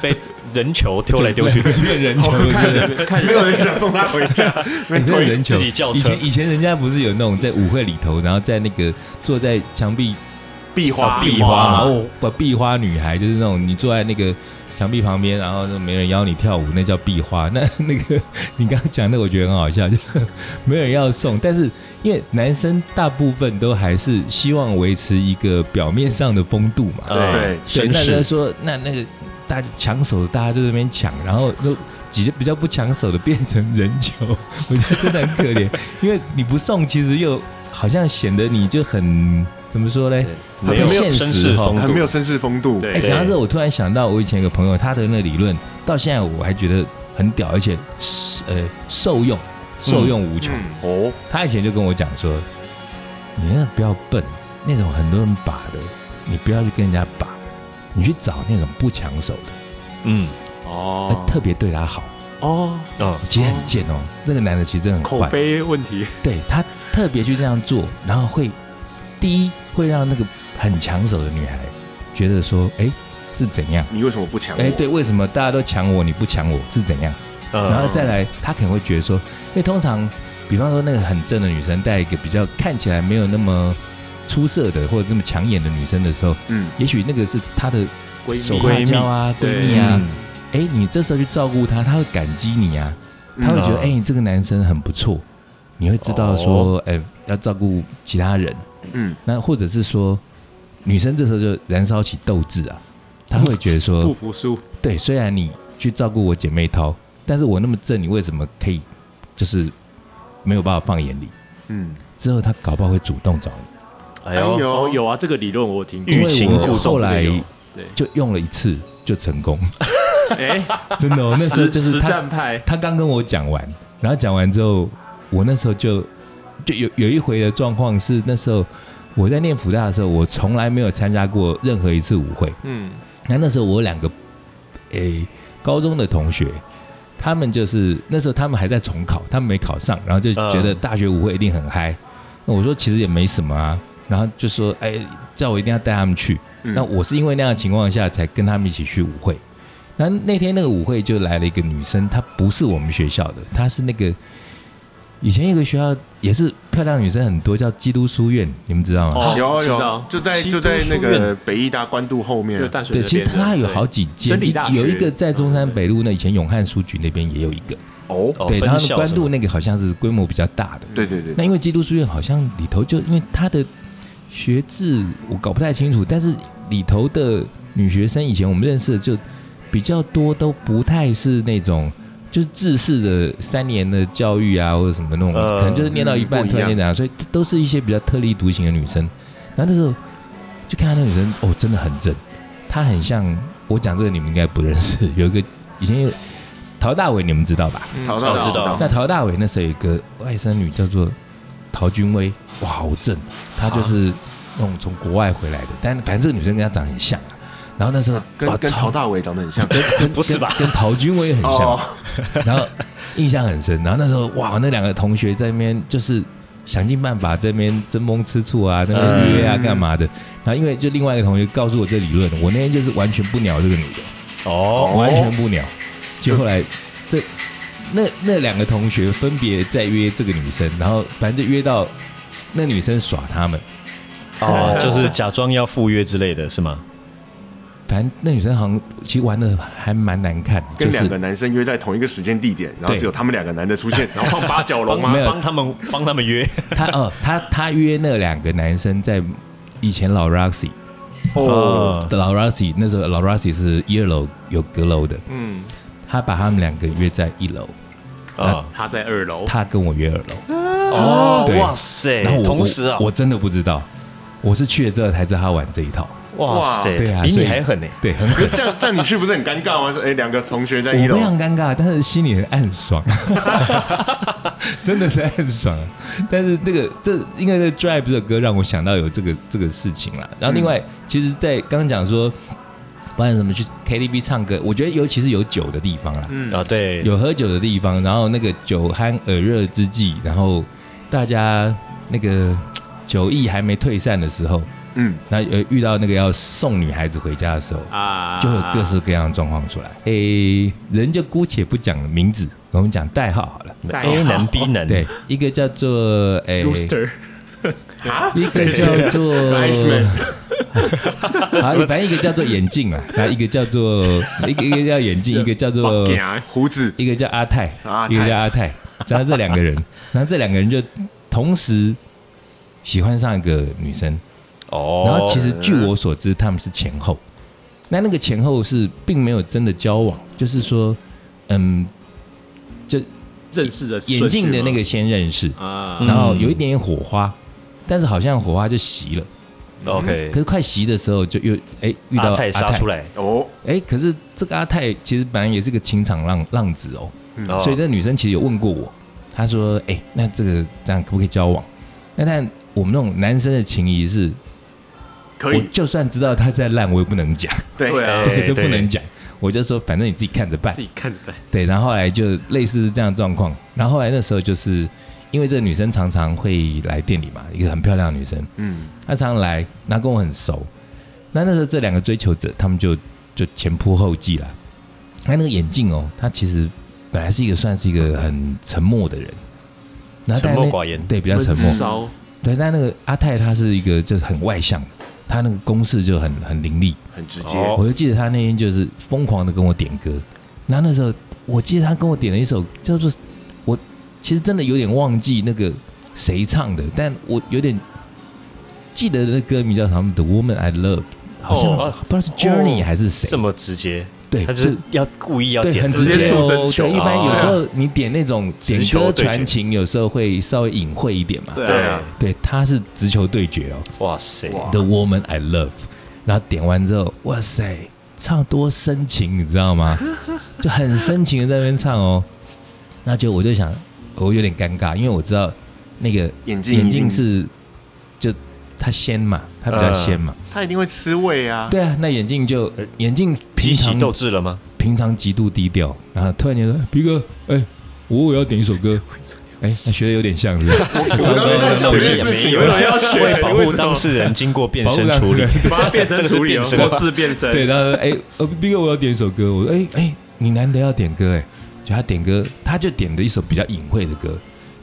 Speaker 5: 被人球丢来丢去，
Speaker 4: 练人 球，我觉得
Speaker 1: 没有人想送她回家，没
Speaker 4: 你这
Speaker 1: 推
Speaker 4: 人球
Speaker 5: 自己叫
Speaker 4: 以
Speaker 5: 车
Speaker 4: 前以前人家不是有那种在舞会里头，然后在那个坐在墙壁
Speaker 1: 壁花
Speaker 5: 壁
Speaker 4: 花
Speaker 5: 花
Speaker 4: 嘛，哦，不，壁花女孩就是那种你坐在那个墙壁旁边，然后就没人邀你跳舞，那叫壁花。 那那个你刚刚讲的，我觉得很好笑，就 没人要送。但是因为男生大部分都还是希望维持一个表面上的风度嘛，
Speaker 1: 对对
Speaker 4: 对，
Speaker 5: 绅
Speaker 4: 那他
Speaker 5: 士
Speaker 4: 说那那个大家抢手，大家就在那边抢，然后都几比较不抢手的变成人球， 我觉得真的很可怜，因为你不送，其实又好像显得你就很怎么说嘞
Speaker 5: 对？
Speaker 4: 很
Speaker 5: 没有
Speaker 4: 现
Speaker 5: 绅士
Speaker 4: 实哈
Speaker 5: 风
Speaker 1: 很没有绅士风度，
Speaker 2: 对
Speaker 4: 哎，讲到这，我突然想到我以前有个朋友，他的那理论到现在我还觉得很屌，而且呃受用受用无穷。
Speaker 1: 嗯哦，
Speaker 4: 他以前就跟我讲说，你那不要笨，那种很多人把的，你不要去跟人家把，你去找那种不抢手的，
Speaker 5: 嗯
Speaker 1: 哦
Speaker 4: 他，特别对他好。
Speaker 2: 哦，
Speaker 5: 哦，
Speaker 4: 其实很贱哦，那个男的其实真的很
Speaker 2: 口
Speaker 4: 坏，
Speaker 2: 碑问题，
Speaker 4: 对他特别去这样做，然后会第一会让那个很抢手的女孩觉得说，哎，是怎样？
Speaker 1: 你为什么不抢我？
Speaker 4: 哎，对，为什么大家都抢我，你不抢我是怎样？嗯然后
Speaker 5: 呃，
Speaker 4: 再来，他可能会觉得说，因为通常，比方说那个很正的女生带一个比较看起来没有那么出色的或者那么抢眼的女生的时候，
Speaker 1: 嗯，
Speaker 4: 也许那个是她的
Speaker 2: 闺蜜
Speaker 4: 手帕交啊、
Speaker 2: 闺蜜
Speaker 4: 闺蜜啊
Speaker 5: 嗯，
Speaker 4: 哎、你这时候去照顾她，她会感激你啊，她会觉得
Speaker 5: 嗯
Speaker 4: 哎、你这个男生很不错，你会知道说，哎、要照顾其他人，
Speaker 1: 嗯，
Speaker 4: 那或者是说，女生这时候就燃烧起斗志啊，她会觉得说，
Speaker 2: 不服输，
Speaker 4: 对，虽然你去照顾我姐妹淘，但是我那么正，你为什么可以就是没有办法放眼里，
Speaker 1: 嗯，
Speaker 4: 之后他搞不好会主动找你。
Speaker 5: 哎
Speaker 1: 哎
Speaker 5: 呦，
Speaker 2: 哦，
Speaker 1: 呦，
Speaker 2: 有啊，这个理论我有听过
Speaker 5: 欲。擒
Speaker 4: 因为我
Speaker 5: 故纵
Speaker 4: 后
Speaker 5: 这
Speaker 4: 来
Speaker 5: 个有
Speaker 4: 就用了一次就成功，
Speaker 2: 哎，
Speaker 4: 真的、哦，那时候
Speaker 2: 实
Speaker 4: 就是
Speaker 2: 实
Speaker 4: 他
Speaker 2: 战派，
Speaker 4: 他刚跟我讲完，然后讲完之后，我那时候就就有有一回的状况是那时候我在念福大的时候，我从来没有参加过任何一次舞会。
Speaker 2: 嗯，
Speaker 4: 那那时候我有两个诶、高中的同学，他们就是那时候他们还在重考，他们没考上，然后就觉得
Speaker 5: 嗯
Speaker 4: 大学舞会一定很嗨。那我说其实也没什么啊，然后就说哎、叫我一定要带他们去。
Speaker 1: 嗯
Speaker 4: 那我是因为那样的情况下才跟他们一起去舞会。那那天那个舞会就来了一个女生，她不是我们学校的，她是那个以前有个学校也是漂亮女生很多，叫基督书院，你们知道吗？
Speaker 2: 哦
Speaker 1: 有
Speaker 2: 知
Speaker 1: 有
Speaker 2: 道，
Speaker 1: 就在
Speaker 5: 基
Speaker 1: 就
Speaker 5: 督
Speaker 1: 在那
Speaker 5: 书
Speaker 1: 个
Speaker 5: 院
Speaker 1: 北艺大关渡后面
Speaker 2: 就
Speaker 1: 啊，
Speaker 2: 淡水那边
Speaker 4: 对，
Speaker 2: 的。
Speaker 4: 其实它有
Speaker 2: 对
Speaker 4: 好几间
Speaker 2: 真理大，学
Speaker 4: 有一个在中山北路，那以前永汉书局那边也有一个，
Speaker 1: 哦，
Speaker 5: 哦
Speaker 4: 对，
Speaker 5: 分
Speaker 4: 然后
Speaker 5: 校
Speaker 4: 关
Speaker 5: 什么
Speaker 4: 渡那个好像是规模比较大的。
Speaker 1: 对对对，
Speaker 4: 那因为基督书院好像里头就因为它的学制我搞不太清楚，但是里头的女学生以前我们认识的就比较多，都不太是那种。就是制式的三年的教育啊，或者什么那种，
Speaker 5: 呃
Speaker 4: 可能就是念到一
Speaker 1: 嗯
Speaker 4: 半
Speaker 1: 不
Speaker 4: 突
Speaker 1: 一样
Speaker 4: 然间怎样，所以都是一些比较特立独行的女生。然后那时候就看到那女生，哦，真的很正，她很像我讲这个你们应该不认识，有一个以前有陶大伟，你们知道吧？
Speaker 2: 嗯
Speaker 1: 淘到
Speaker 5: 我知道
Speaker 4: 那陶大伟那时候有一个外甥女叫做陶君薇，哇，好正！啊她就是
Speaker 1: 啊
Speaker 4: 那种从国外回来的，但反正这个女生跟她长得很像啊。然后那时候
Speaker 1: 跟
Speaker 4: 哇
Speaker 1: 跟
Speaker 4: 超
Speaker 1: 陶大伟长得很像，
Speaker 4: 啊跟
Speaker 5: 不是吧
Speaker 4: 跟跟陶君薇很像
Speaker 1: 哦，，
Speaker 4: 然后印象很深。然后那时候哇，那两个同学在那边就是想尽办法这边争风吃醋啊，那边约啊
Speaker 1: 嗯
Speaker 4: 干嘛的。然后因为就另外一个同学告诉我这理论，我那天就是完全不鸟这个女的。
Speaker 5: 哦，
Speaker 4: 完全不鸟。就后来这那那两个同学分别在约这个女生，然后反正就约到那女生耍他们，
Speaker 5: 哦，就是假装要赴约之类的是吗？
Speaker 4: 反正那女生好像其实玩的还蛮难看，就
Speaker 1: 跟两
Speaker 4: 是
Speaker 1: 个男生约在同一个时间地点，然后
Speaker 4: 对
Speaker 1: 只有他们两个男的出现，然后
Speaker 2: 放八角
Speaker 5: 帮
Speaker 2: 笼
Speaker 4: 没
Speaker 2: 吗？
Speaker 4: 有
Speaker 5: 帮他们帮他们约，
Speaker 4: 她哦，她她约那两个男生在以前老 Roxy
Speaker 5: 哦，
Speaker 4: 老 Roxy 那时候老 Roxy 是一二楼有阁楼的，
Speaker 2: 嗯，
Speaker 4: 她把他们两个约在一楼，
Speaker 5: 啊，
Speaker 2: 他在二楼，
Speaker 4: 她跟我约二楼，
Speaker 5: 哦
Speaker 4: 哦对，
Speaker 5: 哇塞
Speaker 4: 然后，我
Speaker 5: 同时啊，
Speaker 4: 我我真的不知道，我是去了之后才知道她玩这一套，
Speaker 5: 哇塞
Speaker 4: 对啊，
Speaker 5: 比
Speaker 4: 所
Speaker 5: 你
Speaker 4: 以
Speaker 5: 还狠呢。
Speaker 4: 对，很狠。
Speaker 1: 这样这样你去不是很尴尬吗？说哎，两个同学在
Speaker 4: 我
Speaker 1: 一楼
Speaker 4: 非，常尴尬，但是心里很暗爽， 真的是暗爽。但是这个这因为这个 Drive 这首歌让我想到有这个这个事情啦。然后另外，
Speaker 1: 嗯
Speaker 4: 其实，在刚刚讲说，不管什么去 KTV 唱歌，我觉得尤其是有酒的地方啦，
Speaker 1: 嗯
Speaker 5: 啊，对，
Speaker 4: 有喝酒的地方，然后那个酒酣耳热之际，然后大家那个酒意还没退散的时候，
Speaker 1: 嗯，
Speaker 4: 那呃遇到那个要送女孩子回家的时候，
Speaker 2: 啊，
Speaker 4: 就会有各式各样的状况出来。诶、人就姑且不讲名字，我们讲代号好了。
Speaker 2: 代号
Speaker 5: A 男 B 男，
Speaker 4: 对，一个叫做诶，
Speaker 2: rooster 啊，
Speaker 4: 一个叫做
Speaker 2: Iceman
Speaker 4: 好，反正一个叫做眼镜啊，然后一个叫做 一个一个叫眼镜，一个 叫做
Speaker 1: 胡子
Speaker 4: 一个叫阿泰
Speaker 1: 阿，泰
Speaker 4: 一个叫阿泰，然后这两个人，然后这两个人就同时喜欢上一个女生。
Speaker 5: 哦，
Speaker 4: 然后其实据我所知，他们是前后。那那个前后是并没有真的交往，就是说，嗯，就
Speaker 2: 认识的
Speaker 4: 眼镜的那个先认识，
Speaker 2: 啊，
Speaker 5: 嗯
Speaker 4: 然后有一点点火花，但是好像火花就熄了。
Speaker 5: OK，
Speaker 4: 嗯可是快熄的时候，就又哎遇到
Speaker 5: 阿
Speaker 4: 阿
Speaker 5: 泰
Speaker 4: 泰
Speaker 5: 啊杀出，来，
Speaker 1: 哦，
Speaker 4: 哎，可是这个阿泰其实本来也是个情场浪浪子哦，
Speaker 5: 哦
Speaker 4: 所以那女生其实有问过我，她说：“哎、那这个这样可不可以交往？”那但我们那种男生的情谊是，
Speaker 1: 可
Speaker 4: 我
Speaker 1: 以，
Speaker 4: 就算知道他在烂，我也不能讲。
Speaker 1: 对
Speaker 2: 对啊
Speaker 5: 哎
Speaker 4: 对， 都
Speaker 5: 对
Speaker 4: 不能讲。我就说，反正你自己看着办
Speaker 2: 自。己看着办，
Speaker 4: 对，然后后来就类似是这样的状况。然后后来那时候就是因为这个女生常常会来店里嘛，一个很漂亮的女生，
Speaker 1: 嗯，
Speaker 4: 她常常来，那跟我很熟。那那时候这两个追求者，他们就就前仆后继啦。那那个眼镜哦，他其实本来是一个算是一个很沉默的人，然后
Speaker 5: 沉
Speaker 4: 但
Speaker 5: 默
Speaker 4: 那
Speaker 5: 寡言，
Speaker 4: 对比较沉默
Speaker 2: 闷，骚
Speaker 4: 对。但那个阿泰他是一个就是很外向的，他那个公式就很很凌厉。
Speaker 1: 很直接，
Speaker 5: 哦
Speaker 4: 我就记得他那天就是疯狂的跟我点歌，然后那时候我记得他跟我点了一首叫做我其实真的有点忘记那个谁唱的，但我有点记得那歌名叫什么《The Woman I Love》，好像、
Speaker 5: 哦
Speaker 4: 不知道是 Journey 还是谁，
Speaker 5: 这么直接，
Speaker 4: 对，
Speaker 5: 他就是呃要故意要
Speaker 4: 对，
Speaker 5: 点
Speaker 4: 很
Speaker 1: 直
Speaker 4: 直
Speaker 1: 接
Speaker 4: 接
Speaker 1: 触
Speaker 4: 哦
Speaker 1: 生球
Speaker 4: 对一般
Speaker 5: 哦
Speaker 4: 有时候你点那种点
Speaker 5: 直球
Speaker 4: 歌
Speaker 5: 对决
Speaker 4: 传情，有时候会稍微隐晦一点嘛。
Speaker 2: 对
Speaker 5: 对
Speaker 2: 啊，，
Speaker 4: 对，他是直球对决哦
Speaker 5: 哇塞，
Speaker 1: 哇
Speaker 4: ，The Woman I Love。然后点完之后，哇塞，唱多深情，你知道吗？就很深情的在那边唱哦。那就我就想，我有点尴尬，因为我知道那个
Speaker 1: 眼镜
Speaker 4: 眼
Speaker 1: 一定
Speaker 4: 镜是就他先嘛，他比较先嘛。
Speaker 1: 他一定会吃味呃啊。呃
Speaker 4: 对啊，那眼镜就眼镜
Speaker 5: 脾
Speaker 4: 平
Speaker 5: 气
Speaker 4: 常
Speaker 5: 斗志了吗？
Speaker 4: 平常极度低调，然后突然间说：“皮哥，哎、我我要点一首 歌。”哎，那学的有点像是不是，
Speaker 1: 我刚刚在想这件事情，
Speaker 5: 有
Speaker 1: 我想
Speaker 5: 人要
Speaker 3: 学
Speaker 5: 为保护
Speaker 3: 为什么
Speaker 5: 当事人经过变
Speaker 4: 保护
Speaker 5: 身
Speaker 4: 当
Speaker 5: 处理
Speaker 4: 事，
Speaker 3: 把它 变身
Speaker 5: 这个是
Speaker 3: 处理
Speaker 5: 变
Speaker 3: 哦，
Speaker 5: 身
Speaker 3: 多字变身。
Speaker 4: 对，然后哎，呃，毕哥，我要点一首歌。我说，哎哎，你难得要点歌哎，就他点歌，他就点了一首比较隐晦的歌，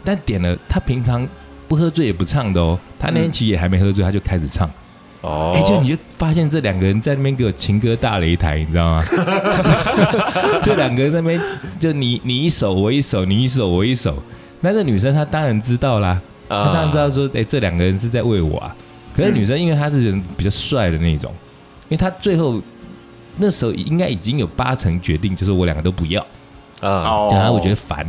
Speaker 4: 但点了他平常不喝醉也不唱的哦，他那天其实也还没喝醉，他就开始唱，
Speaker 5: 哦
Speaker 4: 哎，就你就发现这两个人在那边给我情歌大擂台，你知道吗？ 就两个人在那边，就你你一首我一首，你一首我一首，那这女生她当然知道啦，他当然知道说，哎、这两个人是在为我啊。可是女生因为她是人比较帅的那种，因为她最后那时候应该已经有八成决定，就是我两个都不要。
Speaker 5: 啊，
Speaker 1: 哦
Speaker 4: 然后我觉得烦，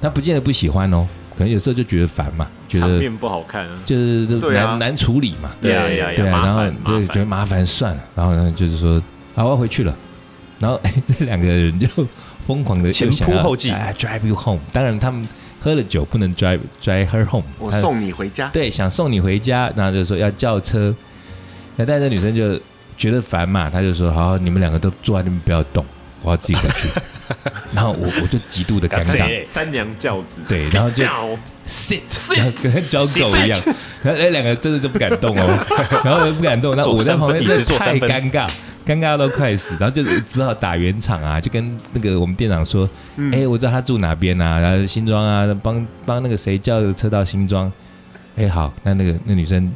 Speaker 4: 她不见得不喜欢哦，可能有时候就觉得烦嘛，觉
Speaker 3: 场
Speaker 4: 得
Speaker 3: 面不好看啊。
Speaker 4: 就是就
Speaker 1: 对
Speaker 4: 难、
Speaker 1: 啊
Speaker 4: 难处理嘛。
Speaker 3: 对啊对啊
Speaker 2: 哎
Speaker 4: 对啊，
Speaker 3: 麻
Speaker 4: 然后
Speaker 3: 烦
Speaker 4: 就
Speaker 3: 麻
Speaker 4: 觉得
Speaker 3: 烦，
Speaker 4: 麻烦算了，然后呢就是说，好，我要回去了。然后 哎、这两个人就疯狂的
Speaker 5: 前仆后继
Speaker 4: 啊，drive you home。当然他们喝了酒不能 drive drive her home，
Speaker 1: 我
Speaker 4: 他
Speaker 1: 送你回家。
Speaker 4: 对，想送你回家，然后就说要叫车，那但是女生就觉得烦嘛，她就说好，你们两个都坐在那边不要动，我要自己回去。然后我我就极度的尴尬
Speaker 5: 谁
Speaker 3: 哎三娘教子。
Speaker 4: 对然 后就
Speaker 3: 教
Speaker 4: ，sit，然后跟小狗一样，然后那两个真的就不敢动哦，然后又不敢动，那
Speaker 5: 坐
Speaker 4: 我在
Speaker 5: 三
Speaker 4: 旁
Speaker 5: 分
Speaker 4: 边
Speaker 5: 椅
Speaker 4: 真
Speaker 5: 子坐
Speaker 4: 的太
Speaker 5: 三分
Speaker 4: 尴尬，尴尬到快死，然后就只好打圆场啊，就跟那个我们店长说，哎、我知道他住哪边啊，然后新庄啊，帮帮那个谁叫车到新庄。哎、好，那那个那女生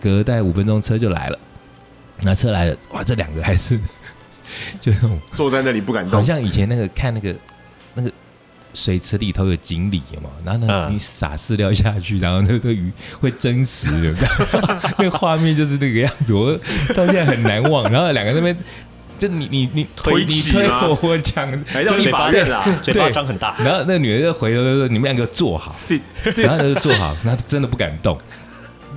Speaker 4: 隔大概五分钟车就来了，那车来了，哇，这两个还是 就那种
Speaker 1: 坐在那里不敢
Speaker 4: 好
Speaker 1: 动，
Speaker 4: 像以前那个看那个那个水池里头有锦鲤，有没有？然后呢，
Speaker 5: 嗯
Speaker 4: 你撒饲料下去，然后那个鱼会真实的，有没有 那个画面就是那个样子，我到现在很难忘。然后两个在那边，就你你你
Speaker 3: 推
Speaker 4: 你
Speaker 3: 挤
Speaker 4: 推
Speaker 3: 吗
Speaker 4: 我，我讲，
Speaker 3: 还让你啊法院啦。
Speaker 5: 嘴巴张很大，
Speaker 4: 然后那个女的就回头就说：“你们两个 坐好。”
Speaker 3: 是
Speaker 4: 然后他就做好，然后他真的不敢动。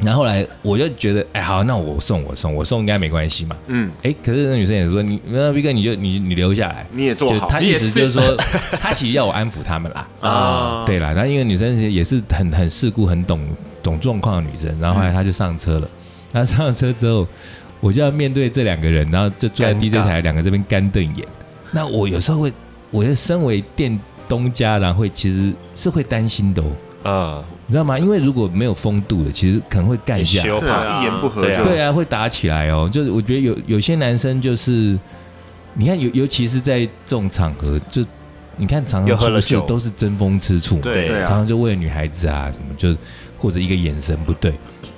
Speaker 4: 然后后来我就觉得，哎，好，那我送我送我送应该没关系嘛。
Speaker 1: 嗯，
Speaker 4: 哎，可是那女生也说，你那 V 哥你就你你留下来，
Speaker 1: 你也坐
Speaker 4: 就
Speaker 1: 好
Speaker 4: 他
Speaker 3: 你
Speaker 4: 意
Speaker 3: 也
Speaker 4: 思
Speaker 3: 是
Speaker 4: 就是说，他其实要我安抚他们啦。
Speaker 3: 啊，
Speaker 4: 对啦，那因为女生其实也是很很世故、很懂懂状况的女生，然后后
Speaker 3: 嗯
Speaker 4: 来她就上车了。她上了车之后，我就要面对这两个人，然后就坐在
Speaker 5: 尴尬
Speaker 4: DJ 台，两个这边干瞪眼。那我有时候会，我就身为店东家，然后会其实是会担心的、哦。
Speaker 5: 啊，
Speaker 4: 你知道吗？因为如果没有风度的，其实可能会干
Speaker 5: 很
Speaker 4: 架。
Speaker 5: 羞
Speaker 1: 对
Speaker 3: 对
Speaker 1: 啊，
Speaker 3: 啊
Speaker 1: 一言不合
Speaker 5: 对
Speaker 1: 就
Speaker 5: 啊
Speaker 4: 对啊，会打起来哦。就是我觉得有有些男生就是，你看尤尤其是在这种场合，就你看常
Speaker 5: 又
Speaker 4: 常
Speaker 5: 喝了
Speaker 4: 出事
Speaker 5: 酒
Speaker 4: 都是争风吃醋嘛，
Speaker 3: 对
Speaker 1: 对
Speaker 4: 常
Speaker 1: 啊，
Speaker 4: 常就为了女孩子啊什么，就或者一个眼神不对。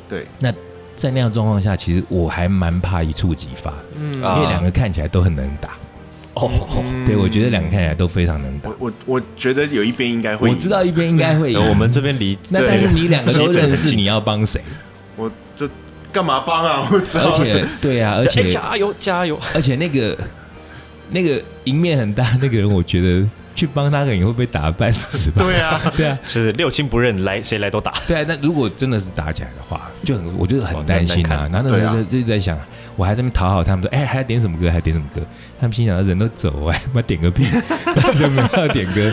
Speaker 1: 对，
Speaker 4: 那在那样的状况下，其实我还蛮怕一触即发，
Speaker 3: 嗯
Speaker 5: 啊
Speaker 4: 因为两个看起来都很能打。
Speaker 5: 哦，
Speaker 4: 对我觉得两个看起来都非常能打
Speaker 1: 我。我我觉得有一边应该会
Speaker 4: 我
Speaker 1: 赢，
Speaker 4: 知道一边应该会赢，
Speaker 5: 我们这边离
Speaker 4: 那但是你两个都认识，你要帮谁？
Speaker 1: 啊我就干嘛帮啊？ 我知道
Speaker 4: 而，且对啊，而
Speaker 5: 哎
Speaker 4: 且
Speaker 5: 加油加油，
Speaker 4: 而且那个那个赢面很大那个人，我觉得去帮他，可能会被打得半死吧。
Speaker 1: 对啊，
Speaker 4: 对啊，
Speaker 5: 就是六亲不认，来谁来都打，
Speaker 4: 对啊。那如果真的是打起来的话，就很我就是很担心啊
Speaker 5: 哇。
Speaker 4: 然后那时候就就一直在想，我还在那边讨好他们说，哎，还要点什么歌？还点什么歌？他们心想，人都走，哎我还他妈点个屁， 就没有点歌。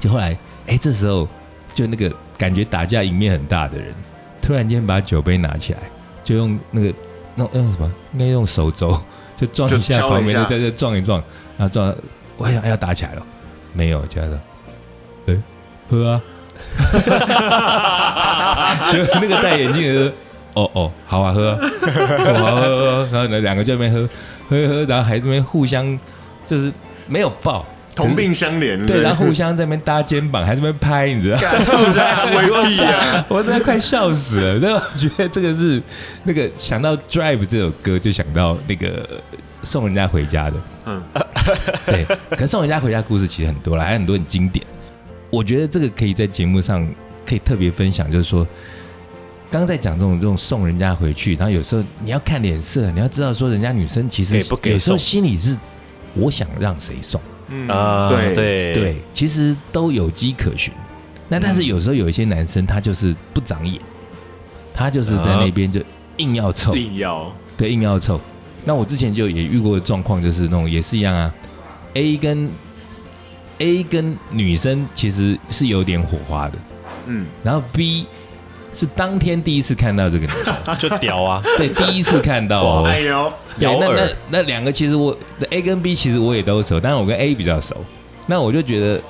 Speaker 4: 就后来，哎，这时候就那个感觉打架赢面很大的人，突然间把酒杯拿起来，就用那个那用什么？应该用手肘 就撞一
Speaker 1: 就
Speaker 4: 下
Speaker 1: 敲了
Speaker 4: 旁
Speaker 1: 一
Speaker 4: 边
Speaker 1: 下
Speaker 4: 的，对对，撞一撞，然后撞到，我还想哎要打起来了，没有，就他说，哎、喝啊， 就那个戴眼镜的就说，哦哦，好啊，喝啊， 哦、好喝喝喝，然后呢两个就在那边喝喝喝，然后还这边互相就是没有抱。
Speaker 1: 同病相怜，
Speaker 4: 对，然
Speaker 1: 不
Speaker 4: 后互相在那边搭肩膀，还在那边拍，你知道吗？
Speaker 3: 未必啊，
Speaker 4: 我真的快笑死了。那我觉得这个是那个想到《Drive》这首歌，就想到那个送人家回家的。
Speaker 1: 嗯
Speaker 4: 嗯， 对。可是送人家回家故事其实很多啦，还有很多很经典。我觉得这个可以在节目上可以特别分享，就是说，刚刚在讲这种这种送人家回去，然后有时候你要看脸色，你要知道说人家女生其实
Speaker 5: 给不给
Speaker 4: 有时候
Speaker 5: 送
Speaker 4: 心里是我想让谁送。
Speaker 1: 嗯
Speaker 5: 啊，
Speaker 1: 对，
Speaker 5: 对
Speaker 4: 对，其实都有迹可循。那但是有时候有一些男生他就是不长眼，他就是在那边就硬要凑，
Speaker 3: 硬要
Speaker 4: 对，硬要凑。那我之前就也遇过的状况，就是那种也是一样啊，A 跟 A 跟女生其实是有点火花的，
Speaker 1: 嗯，
Speaker 4: 然后 B 是当天第一次看到这个女生，
Speaker 5: 就屌啊，
Speaker 4: 对，第一次看到哦，
Speaker 1: 哎呦，
Speaker 4: 对
Speaker 5: 咬
Speaker 4: 那
Speaker 5: 耳
Speaker 4: 那那两个其实我 A 跟 B 其实我也都熟，但是我跟 A 比较熟。那我就觉得，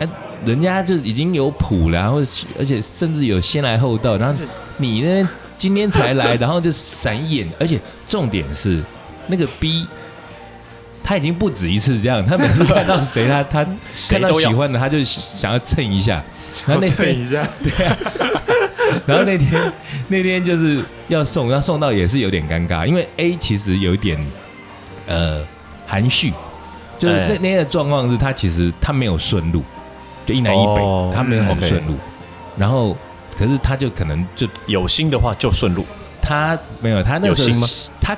Speaker 4: 哎、人家就已经有谱了，然后而且甚至有先来后到，然后你呢今天才来，然后就闪眼，而且重点是那个 B。他已经不止一次这样，他每次看到谁，他他
Speaker 5: 谁
Speaker 4: 看到
Speaker 5: 都
Speaker 4: 喜
Speaker 5: 要
Speaker 4: 欢的，他就想要蹭一下。然后那
Speaker 3: 蹭
Speaker 4: 天啊
Speaker 3: 一 下，
Speaker 4: 然后那天那天就是要送，要送到也是有点尴尬，因为 A 其实有一点呃含蓄，就是那
Speaker 5: 哎
Speaker 4: 那天的状况是他其实他没有顺路，就一南一北，
Speaker 5: 哦
Speaker 4: 他没有很
Speaker 5: 嗯，OK
Speaker 4: 顺路，然后可是他就可能就
Speaker 5: 有心的话就顺路，
Speaker 4: 他没有他那
Speaker 5: 有
Speaker 4: 时
Speaker 5: 心
Speaker 4: 候
Speaker 5: 吗
Speaker 4: 是他。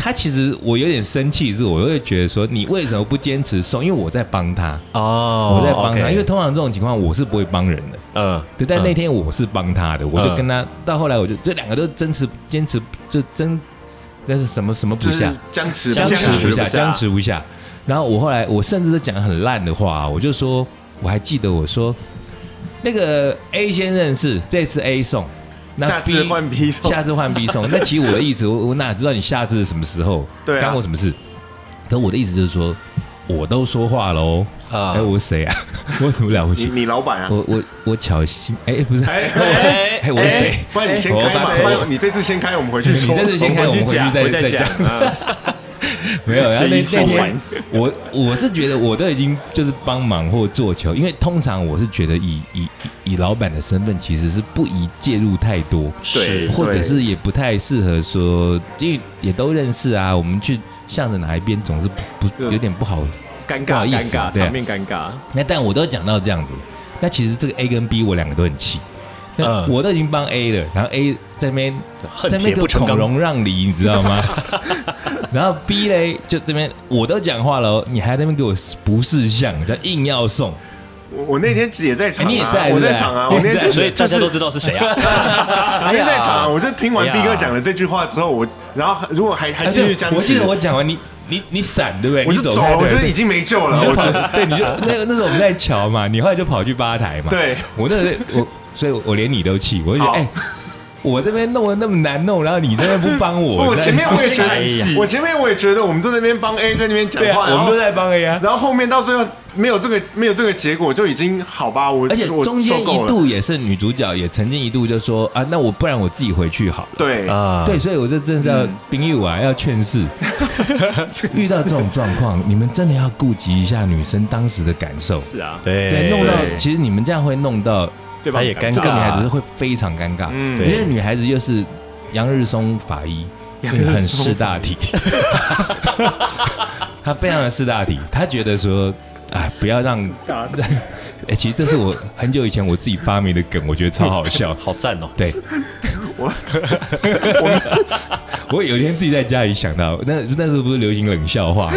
Speaker 4: 他其实我有点生气，是我会觉得说你为什么不坚持送？因为我在帮他，
Speaker 5: 哦
Speaker 4: 我在帮他。
Speaker 5: OK
Speaker 4: 因为通常这种情况我是不会帮人的，
Speaker 5: 嗯，
Speaker 4: 对，但
Speaker 5: 嗯
Speaker 4: 那天我是帮他的，我就
Speaker 5: 嗯
Speaker 4: 跟他到后来，我就这两个都坚持坚持，就争，那是什么什么不
Speaker 1: 就是
Speaker 4: 下，
Speaker 1: 僵持
Speaker 5: 僵
Speaker 4: 僵持
Speaker 5: 持
Speaker 4: 不
Speaker 5: 不
Speaker 4: 下，
Speaker 5: 下
Speaker 4: 僵持不下。然后我后来我甚至都讲很烂的话、我就说我还记得我说那个 A 先认识，这次 A 送，那
Speaker 1: 下次
Speaker 4: B-
Speaker 1: 换 B 送，
Speaker 4: 下次换 B 送。那其实我的意思，我我哪知道你下次是什么时候，
Speaker 1: 对啊
Speaker 4: 干我什么事？可我的意思就是说，我都说话喽，哎、
Speaker 5: 啊，
Speaker 4: 我谁啊？我怎么了不
Speaker 1: 你
Speaker 4: 起？
Speaker 1: 你老板啊，
Speaker 4: 我我我巧心，哎、不是， 哎、我是谁？
Speaker 1: 不然你先开嘛，
Speaker 4: 哎
Speaker 1: 不然你这次先开，我们回去
Speaker 4: 你
Speaker 1: 说。
Speaker 4: 这次先开，我们回去再
Speaker 3: 回再
Speaker 4: 再讲。
Speaker 3: 啊，
Speaker 4: 没有，然后那
Speaker 3: 建议
Speaker 4: 那
Speaker 3: 送
Speaker 4: 天
Speaker 3: 完
Speaker 4: 我我是觉得我都已经就是帮忙或做球，因为通常我是觉得以以以以老板的身份其实是不宜介入太多，
Speaker 1: 对
Speaker 5: 是
Speaker 4: 或者是也不太适合说，因为也都认识啊，我们去向着哪一边总是不不有点不好。
Speaker 3: 尴
Speaker 4: 不好
Speaker 3: 尬
Speaker 4: 意
Speaker 3: 尴
Speaker 4: 思
Speaker 3: 尬，
Speaker 4: 对啊
Speaker 3: 场面尴尬，
Speaker 4: 那但我都讲到这样子，那其实这个 A 跟 B 我两个都很气，那
Speaker 5: 嗯
Speaker 4: 我都已经帮 A 了，然后 A 在那边
Speaker 5: 恨
Speaker 4: 在那
Speaker 5: 铁
Speaker 4: 边
Speaker 5: 不
Speaker 4: 给
Speaker 5: 成
Speaker 4: 我孔
Speaker 5: 钢，
Speaker 4: 融让梨，你知道 吗？然后 B 嘞，就这边我都讲话了哦，你还在那边给我不识相，叫硬要送，
Speaker 1: 我我那天也在场啊，
Speaker 4: 哎你也在
Speaker 1: 我
Speaker 4: 是不是
Speaker 1: 在场啊，
Speaker 4: 你
Speaker 1: 我
Speaker 4: 也
Speaker 1: 那天
Speaker 4: 在
Speaker 1: 就
Speaker 5: 所以大家都知道是谁啊，
Speaker 1: 我那天在场啊，我就听完
Speaker 5: 哎呀
Speaker 1: B 哥讲了这句话之后，我然后如果还还继续僵
Speaker 4: 哎啊我记
Speaker 1: 持
Speaker 4: 得，我讲完你你你闪对不对？
Speaker 1: 我就
Speaker 4: 你走
Speaker 1: 走
Speaker 4: 开
Speaker 1: 了，我觉
Speaker 4: 对不
Speaker 1: 得
Speaker 4: 对
Speaker 1: 已经没救了，
Speaker 4: 你
Speaker 1: 我觉
Speaker 4: 就跑
Speaker 1: 得
Speaker 4: 对，你就那个那时候我们在瞧嘛，你后来就跑去吧台嘛，
Speaker 1: 对，
Speaker 4: 我那时候我所以我连你都气，我就觉得
Speaker 1: 好
Speaker 4: 哎。我这边弄的那么难弄，然后你这边不帮我，
Speaker 1: 我哦前面我也觉
Speaker 4: 哎呀
Speaker 1: 得，我前面我也觉得我们都在那边帮 A 在那边讲
Speaker 4: 对啊，
Speaker 1: 话，
Speaker 4: 我
Speaker 1: 然
Speaker 4: 们
Speaker 1: 后
Speaker 4: 都在帮 A 啊。
Speaker 1: 然后后面到最后没有这个没有这个结果就已经好吧，我
Speaker 4: 而且
Speaker 1: 我
Speaker 4: 中间
Speaker 1: 受够
Speaker 4: 一
Speaker 1: 了，
Speaker 4: 度也是女主角也曾经一度就说啊，那我不然我自己回去好了。
Speaker 1: 对，
Speaker 5: 啊，
Speaker 4: 对，，所以我这真是要冰玉啊，要劝世。遇到这种状况，你们真的要顾及一下女生当时的感受。
Speaker 3: 是啊，
Speaker 5: 对
Speaker 4: 对，弄到
Speaker 1: 对
Speaker 4: 其实你们这样会弄到
Speaker 3: 对吧？
Speaker 5: 他也尴
Speaker 4: 这
Speaker 5: 尬
Speaker 4: 个女孩子是会非常尴尬。
Speaker 1: 嗯
Speaker 4: 因为女孩子又是杨日松法医，很识大体，她非常的识大体，她觉得说，哎，不要让
Speaker 3: 尬，
Speaker 4: 哎、其实这是我很久以前我自己发明的梗，我觉得超好笑。
Speaker 5: 好赞哦，
Speaker 4: 对，
Speaker 1: 我
Speaker 4: 我有一天自己在家里想到，那那时候不是流行冷 笑话，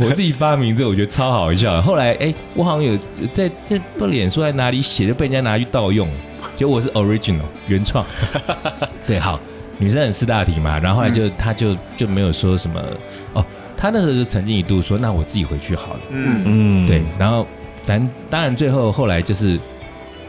Speaker 4: 我自己发明这，我觉得超好笑。后来，哎、我好像有在在不知道脸书在哪里写，就被人家拿去盗用，结果我是 original 原创。对，好，女生很识大体嘛，然后后来
Speaker 5: 嗯
Speaker 4: 就、她就就没有说什么哦，她那时候就曾经一度说，那我自己回去好了。
Speaker 1: 嗯，
Speaker 5: 嗯，
Speaker 4: 对，然后反正当然最后后来就是，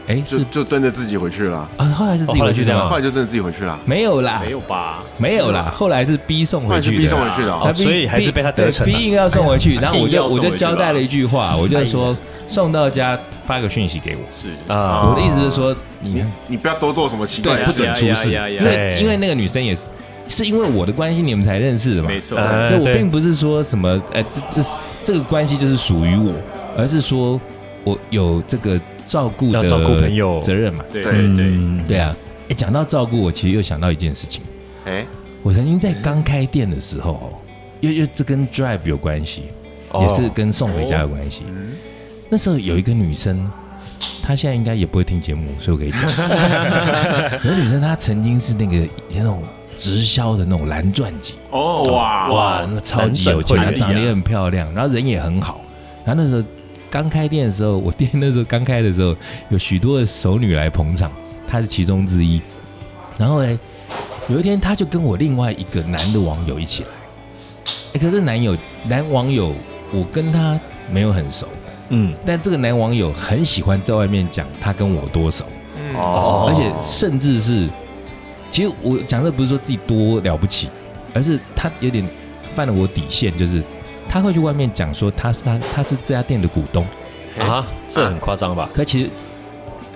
Speaker 4: 哎、
Speaker 1: 就是就真的自己回去了，
Speaker 4: 啊，后来是自己
Speaker 5: 哦后
Speaker 4: 回
Speaker 5: 来
Speaker 4: 去
Speaker 5: 是
Speaker 4: 的
Speaker 5: 这样
Speaker 4: 吗
Speaker 5: 啊
Speaker 1: 后来就真的自己回去了，
Speaker 4: 没有啦，
Speaker 3: 没有吧？
Speaker 4: 没有啦，后来是 B 送
Speaker 1: 后来
Speaker 4: 回
Speaker 1: 是
Speaker 4: 去
Speaker 1: B
Speaker 4: 的啊
Speaker 1: 送回去的
Speaker 5: 哦
Speaker 1: 哦，
Speaker 4: B-
Speaker 5: 所以还是被他得逞
Speaker 4: 对
Speaker 5: 了
Speaker 4: B 硬要送回去，然后我
Speaker 3: 硬
Speaker 4: 就
Speaker 3: 要送
Speaker 4: 我
Speaker 3: 回去
Speaker 4: 就交代了一句话，我就说送到家发个讯息给我。
Speaker 3: 是
Speaker 5: 啊，
Speaker 1: 哦哎
Speaker 4: 我的意思是说，你看
Speaker 1: 你不要多做什么奇怪
Speaker 4: 对
Speaker 1: 的
Speaker 4: 不
Speaker 1: 事
Speaker 4: 准
Speaker 3: 呀
Speaker 4: 出
Speaker 3: 呀
Speaker 4: 事，
Speaker 3: 呀呀
Speaker 4: 因为
Speaker 5: 对
Speaker 4: 因为那个女生也是是因为我的关系你们才认识的嘛。
Speaker 3: 没错，
Speaker 5: 呃
Speaker 4: 对我
Speaker 5: 对
Speaker 4: 并不是说什么，呃，这这这个关系就是属于我，而是说我有这个照顾
Speaker 5: 要
Speaker 4: 的
Speaker 5: 照顾朋友
Speaker 4: 责任嘛。
Speaker 3: 对
Speaker 1: 对
Speaker 3: 对对，
Speaker 5: 嗯
Speaker 4: 对啊，哎，讲到照顾，我其实又想到一件事情。
Speaker 1: 哎，
Speaker 4: 我曾经在刚开店的时候哦，又又这跟 drive 有关系，
Speaker 5: 哦
Speaker 4: 也是跟送回家有关系。
Speaker 1: 嗯，
Speaker 4: 那时候有一个女生，她现在应该也不会听节目，所以我可以讲。有个女生她曾经是那个以前那种直销的那种蓝钻级，
Speaker 3: 哦哇
Speaker 4: 哇，那超级有钱，
Speaker 5: 蓝
Speaker 4: 她
Speaker 5: 钻
Speaker 4: 长得
Speaker 3: 会
Speaker 4: 也
Speaker 3: 啊
Speaker 4: 很漂亮，然后人也很好。然后那时候刚开店的时候，我店那时候刚开的时候，有许多的熟女来捧场，她是其中之一。然后呢，有一天她就跟我另外一个男的网友一起来，哎，可是男友男网友，我跟他没有很熟，
Speaker 5: 嗯，
Speaker 4: 但这个男网友很喜欢在外面讲他跟我多熟。
Speaker 5: 哦
Speaker 4: 而且甚至是，其实我讲这不是说自己多了不起，而是他有点犯了我底线，就是他会去外面讲说他是他他是这家店的股东，
Speaker 5: 啊，这很夸张吧？
Speaker 4: 可其实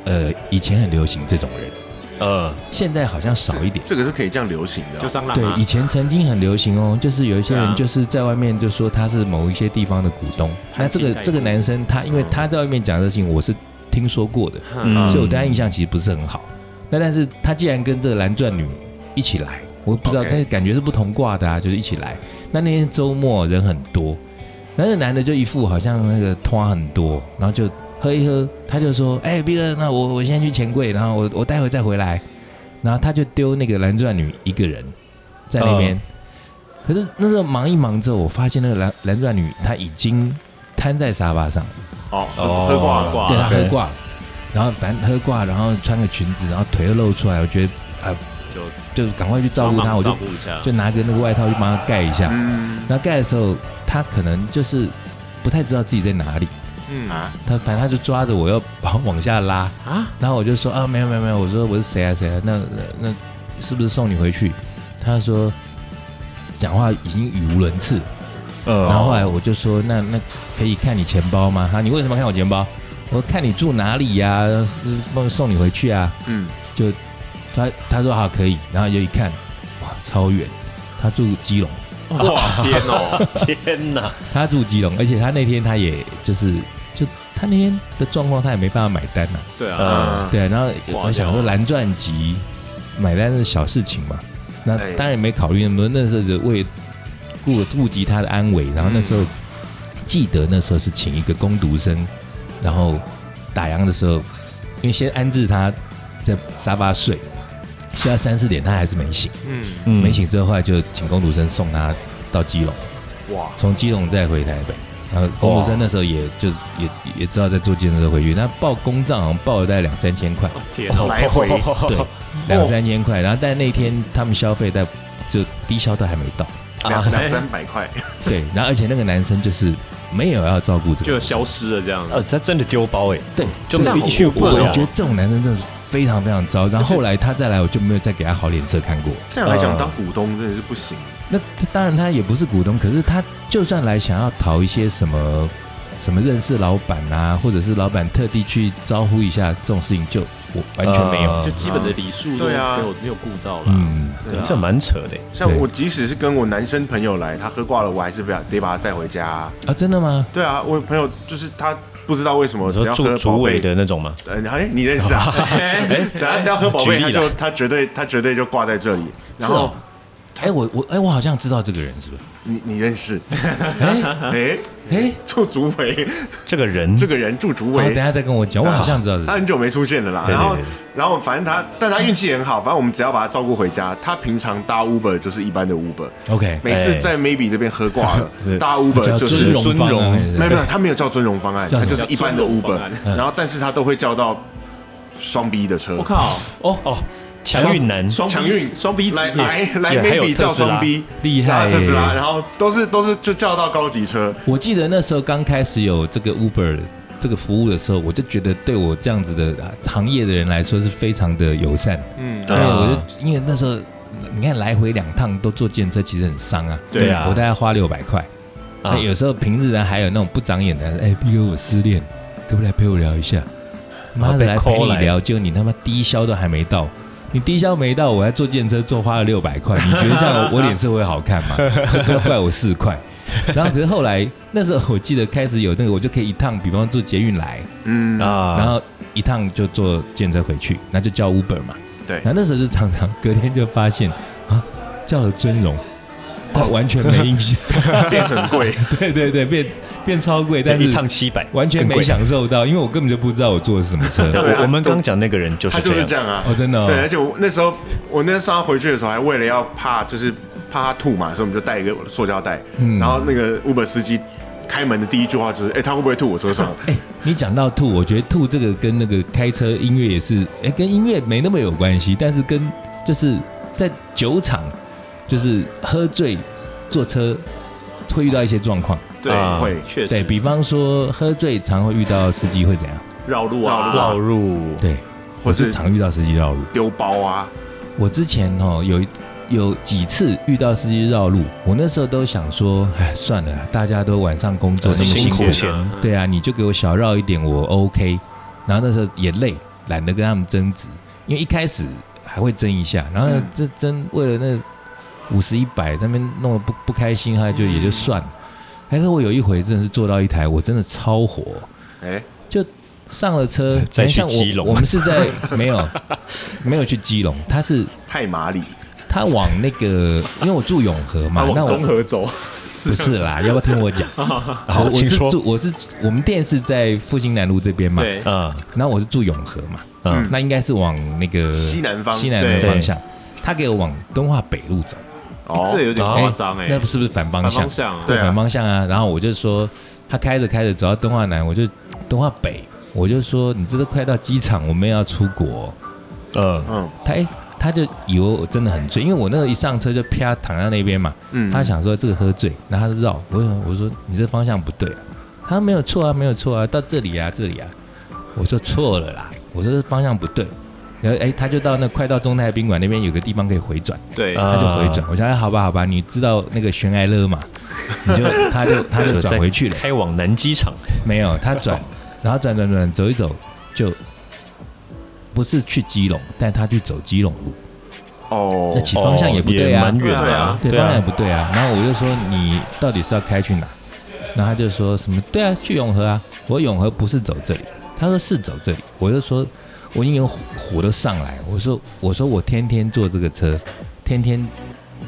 Speaker 4: 呃以前很流行这种人，
Speaker 5: 呃，
Speaker 4: 现在好像少一点。
Speaker 1: 这个是可以这样流行的
Speaker 3: 就
Speaker 1: 哦，
Speaker 3: 蟑螂啊
Speaker 2: 啊
Speaker 4: 对，以前曾经很流行哦，就是有一些
Speaker 3: 对
Speaker 4: 人
Speaker 3: 啊
Speaker 4: 就是在外面就说他是某一些地方的股东，那
Speaker 3: 攀
Speaker 4: 这
Speaker 3: 亲
Speaker 4: 个
Speaker 3: 带
Speaker 4: 这个
Speaker 3: 故
Speaker 4: 男生他因为他在外面讲的事情，我是听说过的，
Speaker 5: 嗯
Speaker 4: 所以我对他印象其实不是很好。那但是他既然跟这个蓝钻女一起来，我不知道
Speaker 1: OK
Speaker 4: 但是感觉是不同挂的啊，就是一起来。那那天周末人很多，那那男的就一副好像那个团很多，然后就喝一喝，他就说：“哎、b 哥，那我我先去钱柜，然后我我待会再回来。”然后他就丢那个蓝钻女一个人在那边。可是那时候忙一忙之后，我发现那个蓝蓝钻女她已经瘫在沙发上了。
Speaker 1: 哦，
Speaker 5: 哦
Speaker 1: 喝挂了，
Speaker 4: 对他喝
Speaker 5: 对
Speaker 4: 挂了，然后反正喝挂，然后穿个裙子，然后腿又露出来，我觉得啊、就就赶快去照顾他，我就
Speaker 3: 照顾一下，
Speaker 4: 就拿个那个外套去帮他盖一下。
Speaker 1: 嗯
Speaker 4: 然后盖的时候，他可能就是不太知道自己在哪里，
Speaker 1: 嗯啊，
Speaker 4: 他反正他就抓着我要往往下拉
Speaker 3: 啊，
Speaker 4: 然后我就说啊没有没有没有，我说我是谁啊谁啊，那那那是不是送你回去？他说讲话已经语无伦次了，
Speaker 5: 呃
Speaker 2: 哦
Speaker 4: 然后后来我就说，那那可以看你钱包吗？啊他你为什么看我钱包？我看你住哪里呀、是帮送你回去啊。
Speaker 1: 嗯，
Speaker 4: 他他说好可以，然后就一看，哇，超远，他住基隆，
Speaker 3: 哇天 哦，
Speaker 5: 天哪，
Speaker 4: 他住基隆，而且他那天他也就是就他那天的状况，他也没办法买单呐、
Speaker 3: 对啊，
Speaker 1: 嗯
Speaker 5: 呃
Speaker 4: 对啊，然后
Speaker 3: 哇
Speaker 4: 我想
Speaker 3: 这
Speaker 4: 说
Speaker 3: 样
Speaker 4: 蓝钻级买单是小事情嘛，那
Speaker 1: 哎
Speaker 4: 当然也没考虑那么多，那时候就为顾顾及他的安危，然后那时候、记得那时候是请一个工读生，然后打烊的时候，因为先安置他在沙发睡，睡到三四点他还是没醒，
Speaker 1: 嗯，
Speaker 5: 嗯
Speaker 4: 没，醒之后后来就请工读生送他到基隆，
Speaker 1: 哇，
Speaker 4: 从基隆再回台北。然后工读生那时候也就是也也知道在做健身回去，那报公账好像报了大概两三千块，
Speaker 3: 哦天哦，
Speaker 1: 来 回
Speaker 4: 对，两三千块。然后但那天他们消费在就低消都还没到，
Speaker 1: 两
Speaker 5: 啊
Speaker 1: 两三百块，
Speaker 4: 对。然后而且那个男生就是没有要照顾这个，
Speaker 3: 就消失了这样，
Speaker 5: 呃，他真的丢包哎，
Speaker 4: 对，
Speaker 5: 就
Speaker 4: 这样
Speaker 5: 没有一去不
Speaker 4: 我
Speaker 5: 回啊
Speaker 4: 觉得这种男生真的是非常非常糟。然后后来他再来，我就没有再给他好脸色看过。
Speaker 1: 这样来讲
Speaker 5: 呃
Speaker 1: 当股东真的是不行，
Speaker 4: 那他当然他也不是股东，可是他就算来想要讨一些什么什么认识老板啊，或者是老板特地去招呼一下，这种事情就我完全没有。
Speaker 5: 呃
Speaker 3: 就基本的礼数都
Speaker 1: 对
Speaker 3: 没
Speaker 1: 啊
Speaker 3: 有没有顾到了，
Speaker 4: 嗯，
Speaker 1: 对啊
Speaker 5: 这蛮扯的欸，
Speaker 1: 像
Speaker 4: 对
Speaker 1: 我即使是跟我男生朋友来，他喝挂了，我还是不要得把他载回家啊。
Speaker 4: 啊，真的吗？
Speaker 1: 对啊，我有朋友就是他不知道为什么
Speaker 5: 我
Speaker 1: 只
Speaker 5: 说
Speaker 1: 要
Speaker 5: 住
Speaker 1: 喝宝
Speaker 5: 主
Speaker 1: 贝
Speaker 5: 委，的那种吗？
Speaker 1: 呃，哎，你认识 啊？ 等他只要喝宝贝，
Speaker 5: 举
Speaker 1: 他
Speaker 5: 例啦啊
Speaker 1: 就他绝对他绝对就挂在这里。然
Speaker 4: 是哦
Speaker 1: 后
Speaker 4: 哎、我我哎、我好像知道这个人，是不是？
Speaker 1: 你你认 识？
Speaker 4: 哎、
Speaker 1: 哎，
Speaker 4: 哎、
Speaker 1: 住主委
Speaker 5: 这个 人
Speaker 1: 这个人住主委
Speaker 4: 好，等一，下再跟我讲，我好像知道是
Speaker 1: 他
Speaker 4: 谁。
Speaker 1: 很久没出现了啦。
Speaker 5: 对对
Speaker 1: 然后
Speaker 5: 对对，
Speaker 1: 然后反正他，但他运气很好，反正我们只要把他照顾回家。他平常搭 Uber 就是一般的 Uber，
Speaker 4: OK，
Speaker 1: 每次在 Maybe 这边喝挂了
Speaker 5: 哎 是，
Speaker 1: 搭
Speaker 4: 叫
Speaker 1: Uber 就
Speaker 4: 尊
Speaker 1: 是
Speaker 4: 荣
Speaker 5: 尊荣
Speaker 4: 方啊案
Speaker 1: 没有没有，他没有叫尊荣方案，
Speaker 4: 叫
Speaker 1: 他
Speaker 4: 什么
Speaker 1: 就是一般的
Speaker 3: 叫尊荣
Speaker 1: Uber
Speaker 3: 方案。
Speaker 1: 然后，但是他都会叫到双 B 的车
Speaker 3: 我。靠，
Speaker 5: 哦哦，强运男
Speaker 3: 双
Speaker 1: 嗯强
Speaker 3: 鼻
Speaker 1: 运
Speaker 3: 双鼻子
Speaker 1: 来来来
Speaker 5: 也还有
Speaker 1: ，maybe 叫
Speaker 5: 特斯拉
Speaker 1: 双 B，
Speaker 4: 厉害
Speaker 1: 然后特斯拉，
Speaker 4: 耶
Speaker 1: 然后都是都是就叫到高级车，
Speaker 4: 我记得那时候刚开始有这个 Uber 这个服务的时候，我就觉得对我这样子的啊行业的人来说是非常的友善。
Speaker 1: 嗯，
Speaker 4: 对，
Speaker 5: 啊
Speaker 4: 哎我就因为那时候你看来回两趟都坐电车，其实很伤啊。
Speaker 5: 对啊
Speaker 4: 我大概花六百块。
Speaker 5: 啊
Speaker 4: 那，哎有时候平日呢，还有那种不长眼的，哎，毕哥我失恋，可不可以来陪我聊一下？妈的，
Speaker 5: 啊被
Speaker 4: 来
Speaker 5: call
Speaker 4: 陪你
Speaker 5: 来
Speaker 4: 聊，就你他妈低消都还没到，你低消没到，我还坐电车坐花了六百 块，你觉得这样我我脸色会好看吗？都怪我 四块。然后可是后来那时候我记得开始有那个，我就可以一趟，比方坐捷运来，
Speaker 1: 嗯，
Speaker 5: 啊，
Speaker 4: 然后一趟就坐电车回去，那就叫 Uber 嘛。
Speaker 1: 对
Speaker 4: 然后那时候就常常隔天就发现啊，叫了尊荣，他完全没印象。
Speaker 1: 变很贵，
Speaker 4: 对对对，变变超贵，但
Speaker 5: 一
Speaker 4: 是
Speaker 5: 趟七百，
Speaker 4: 完全没享受到，因为我根本就不知道我坐的是什么车。
Speaker 5: 更贵。
Speaker 1: 对啊
Speaker 5: 我我们刚讲那个人就
Speaker 1: 他
Speaker 5: 是
Speaker 1: 就是
Speaker 5: 这
Speaker 1: 这
Speaker 5: 样，
Speaker 1: 样啊。
Speaker 4: 哦，真的、哦，
Speaker 1: 对，而且我那时候，我那时候要回去的时候，还为了要怕，就是怕他吐嘛，所以我们就带一个塑胶袋。
Speaker 4: 嗯
Speaker 1: 然后那个 Uber 司机开门的第一句话就是：“哎、他会不会吐我车上
Speaker 4: 哎、你讲到吐，我觉得吐这个跟那个开车音乐也是，哎、跟音乐没那么有关系，但是跟就是在酒场，就是喝醉坐车会遇到一些状况。？”
Speaker 1: 对，
Speaker 5: 啊
Speaker 1: 会
Speaker 3: 确
Speaker 4: 嗯对
Speaker 3: 实
Speaker 4: 比方说，喝醉常会遇到司机会怎样？
Speaker 3: 绕路啊，
Speaker 1: 绕
Speaker 5: 绕入
Speaker 4: 对，
Speaker 1: 或
Speaker 4: 我是
Speaker 1: 是
Speaker 4: 常遇到司机绕路。
Speaker 1: 丢包啊，
Speaker 4: 我之前哦有一有几次遇到司机绕路，我那时候都想说，哎，算了啦，大家都晚上工作那么
Speaker 5: 辛
Speaker 4: 辛苦
Speaker 5: 苦，
Speaker 3: 啊
Speaker 4: 对啊，你就给我小绕一点，我 OK。然后那时候也累，懒得跟他们争执，因为一开始还会争一下，然后呢
Speaker 1: 嗯
Speaker 4: 这争为了那五十一百，他们弄得不不开心，他就也就算了。还是我有一回真的是坐到一台，我真的超火，
Speaker 1: 哎、
Speaker 4: 上了车哎
Speaker 5: 再去
Speaker 4: 像我
Speaker 5: 基隆
Speaker 4: 我们是在没有没有去基隆，他是
Speaker 1: 太麻里，
Speaker 4: 他往那个，因为我住永和嘛
Speaker 3: 他，
Speaker 4: 那
Speaker 3: 往
Speaker 4: 我
Speaker 3: 综合走，
Speaker 4: 不是啦，要不要听 我讲？
Speaker 5: 好
Speaker 4: 我我
Speaker 5: 请
Speaker 4: 是
Speaker 5: 说
Speaker 4: 住我是我们店是在复兴南路这边嘛，
Speaker 3: 对，
Speaker 5: 啊
Speaker 4: 然后我是住永和嘛，
Speaker 5: 啊
Speaker 1: 嗯
Speaker 4: 那应该是往那个
Speaker 1: 西南方
Speaker 4: 西南的
Speaker 3: 对
Speaker 4: 方向，他给我往东化北路走，
Speaker 1: 哦，
Speaker 3: 这有点
Speaker 5: 哦
Speaker 3: 夸张哎，
Speaker 4: 那不是不是反方
Speaker 3: 反
Speaker 4: 向
Speaker 3: 方？向啊，
Speaker 1: 对啊
Speaker 4: 反方向啊。然后我就说，他开着开着走到东化南，我就东化北，我就说你这都快到机场，我们要出国哦、
Speaker 5: 呃，
Speaker 1: 嗯
Speaker 4: 他哎、他就以为我真的很醉，因为我那个一上车就啪躺在那边嘛，
Speaker 1: 嗯，
Speaker 4: 他想说这个喝醉，然后他就绕，我就我说你这方向不对、啊，他说没有错啊，没有错啊，到这里啊，这里啊，我说错了啦，我说这方向不对，然后哎、他就到那快到中泰宾馆那边有个地方可以回转，
Speaker 3: 对，
Speaker 5: 啊
Speaker 4: 他就回转，我想哎好吧好吧，你知道那个悬崖勒嘛，你就他就他就转回去了，
Speaker 5: 开往南机场，
Speaker 4: 没有他转，然后转转转走一走就不是去基隆，但他去走基隆路，
Speaker 1: 哦
Speaker 4: 那，其方向也不对
Speaker 5: 哦也
Speaker 4: 啊，
Speaker 5: 蛮远
Speaker 1: 对啊
Speaker 5: 的，
Speaker 4: 对，
Speaker 5: 对
Speaker 4: 方向也
Speaker 5: 啊，
Speaker 4: 不对啊。然后我就说你到底是要开去哪？然后他就说什么对啊，去永和啊。我说永和不是走这里，他说是走这里。我就说我已经有火火都上来，我说我说我天天坐这个车，天天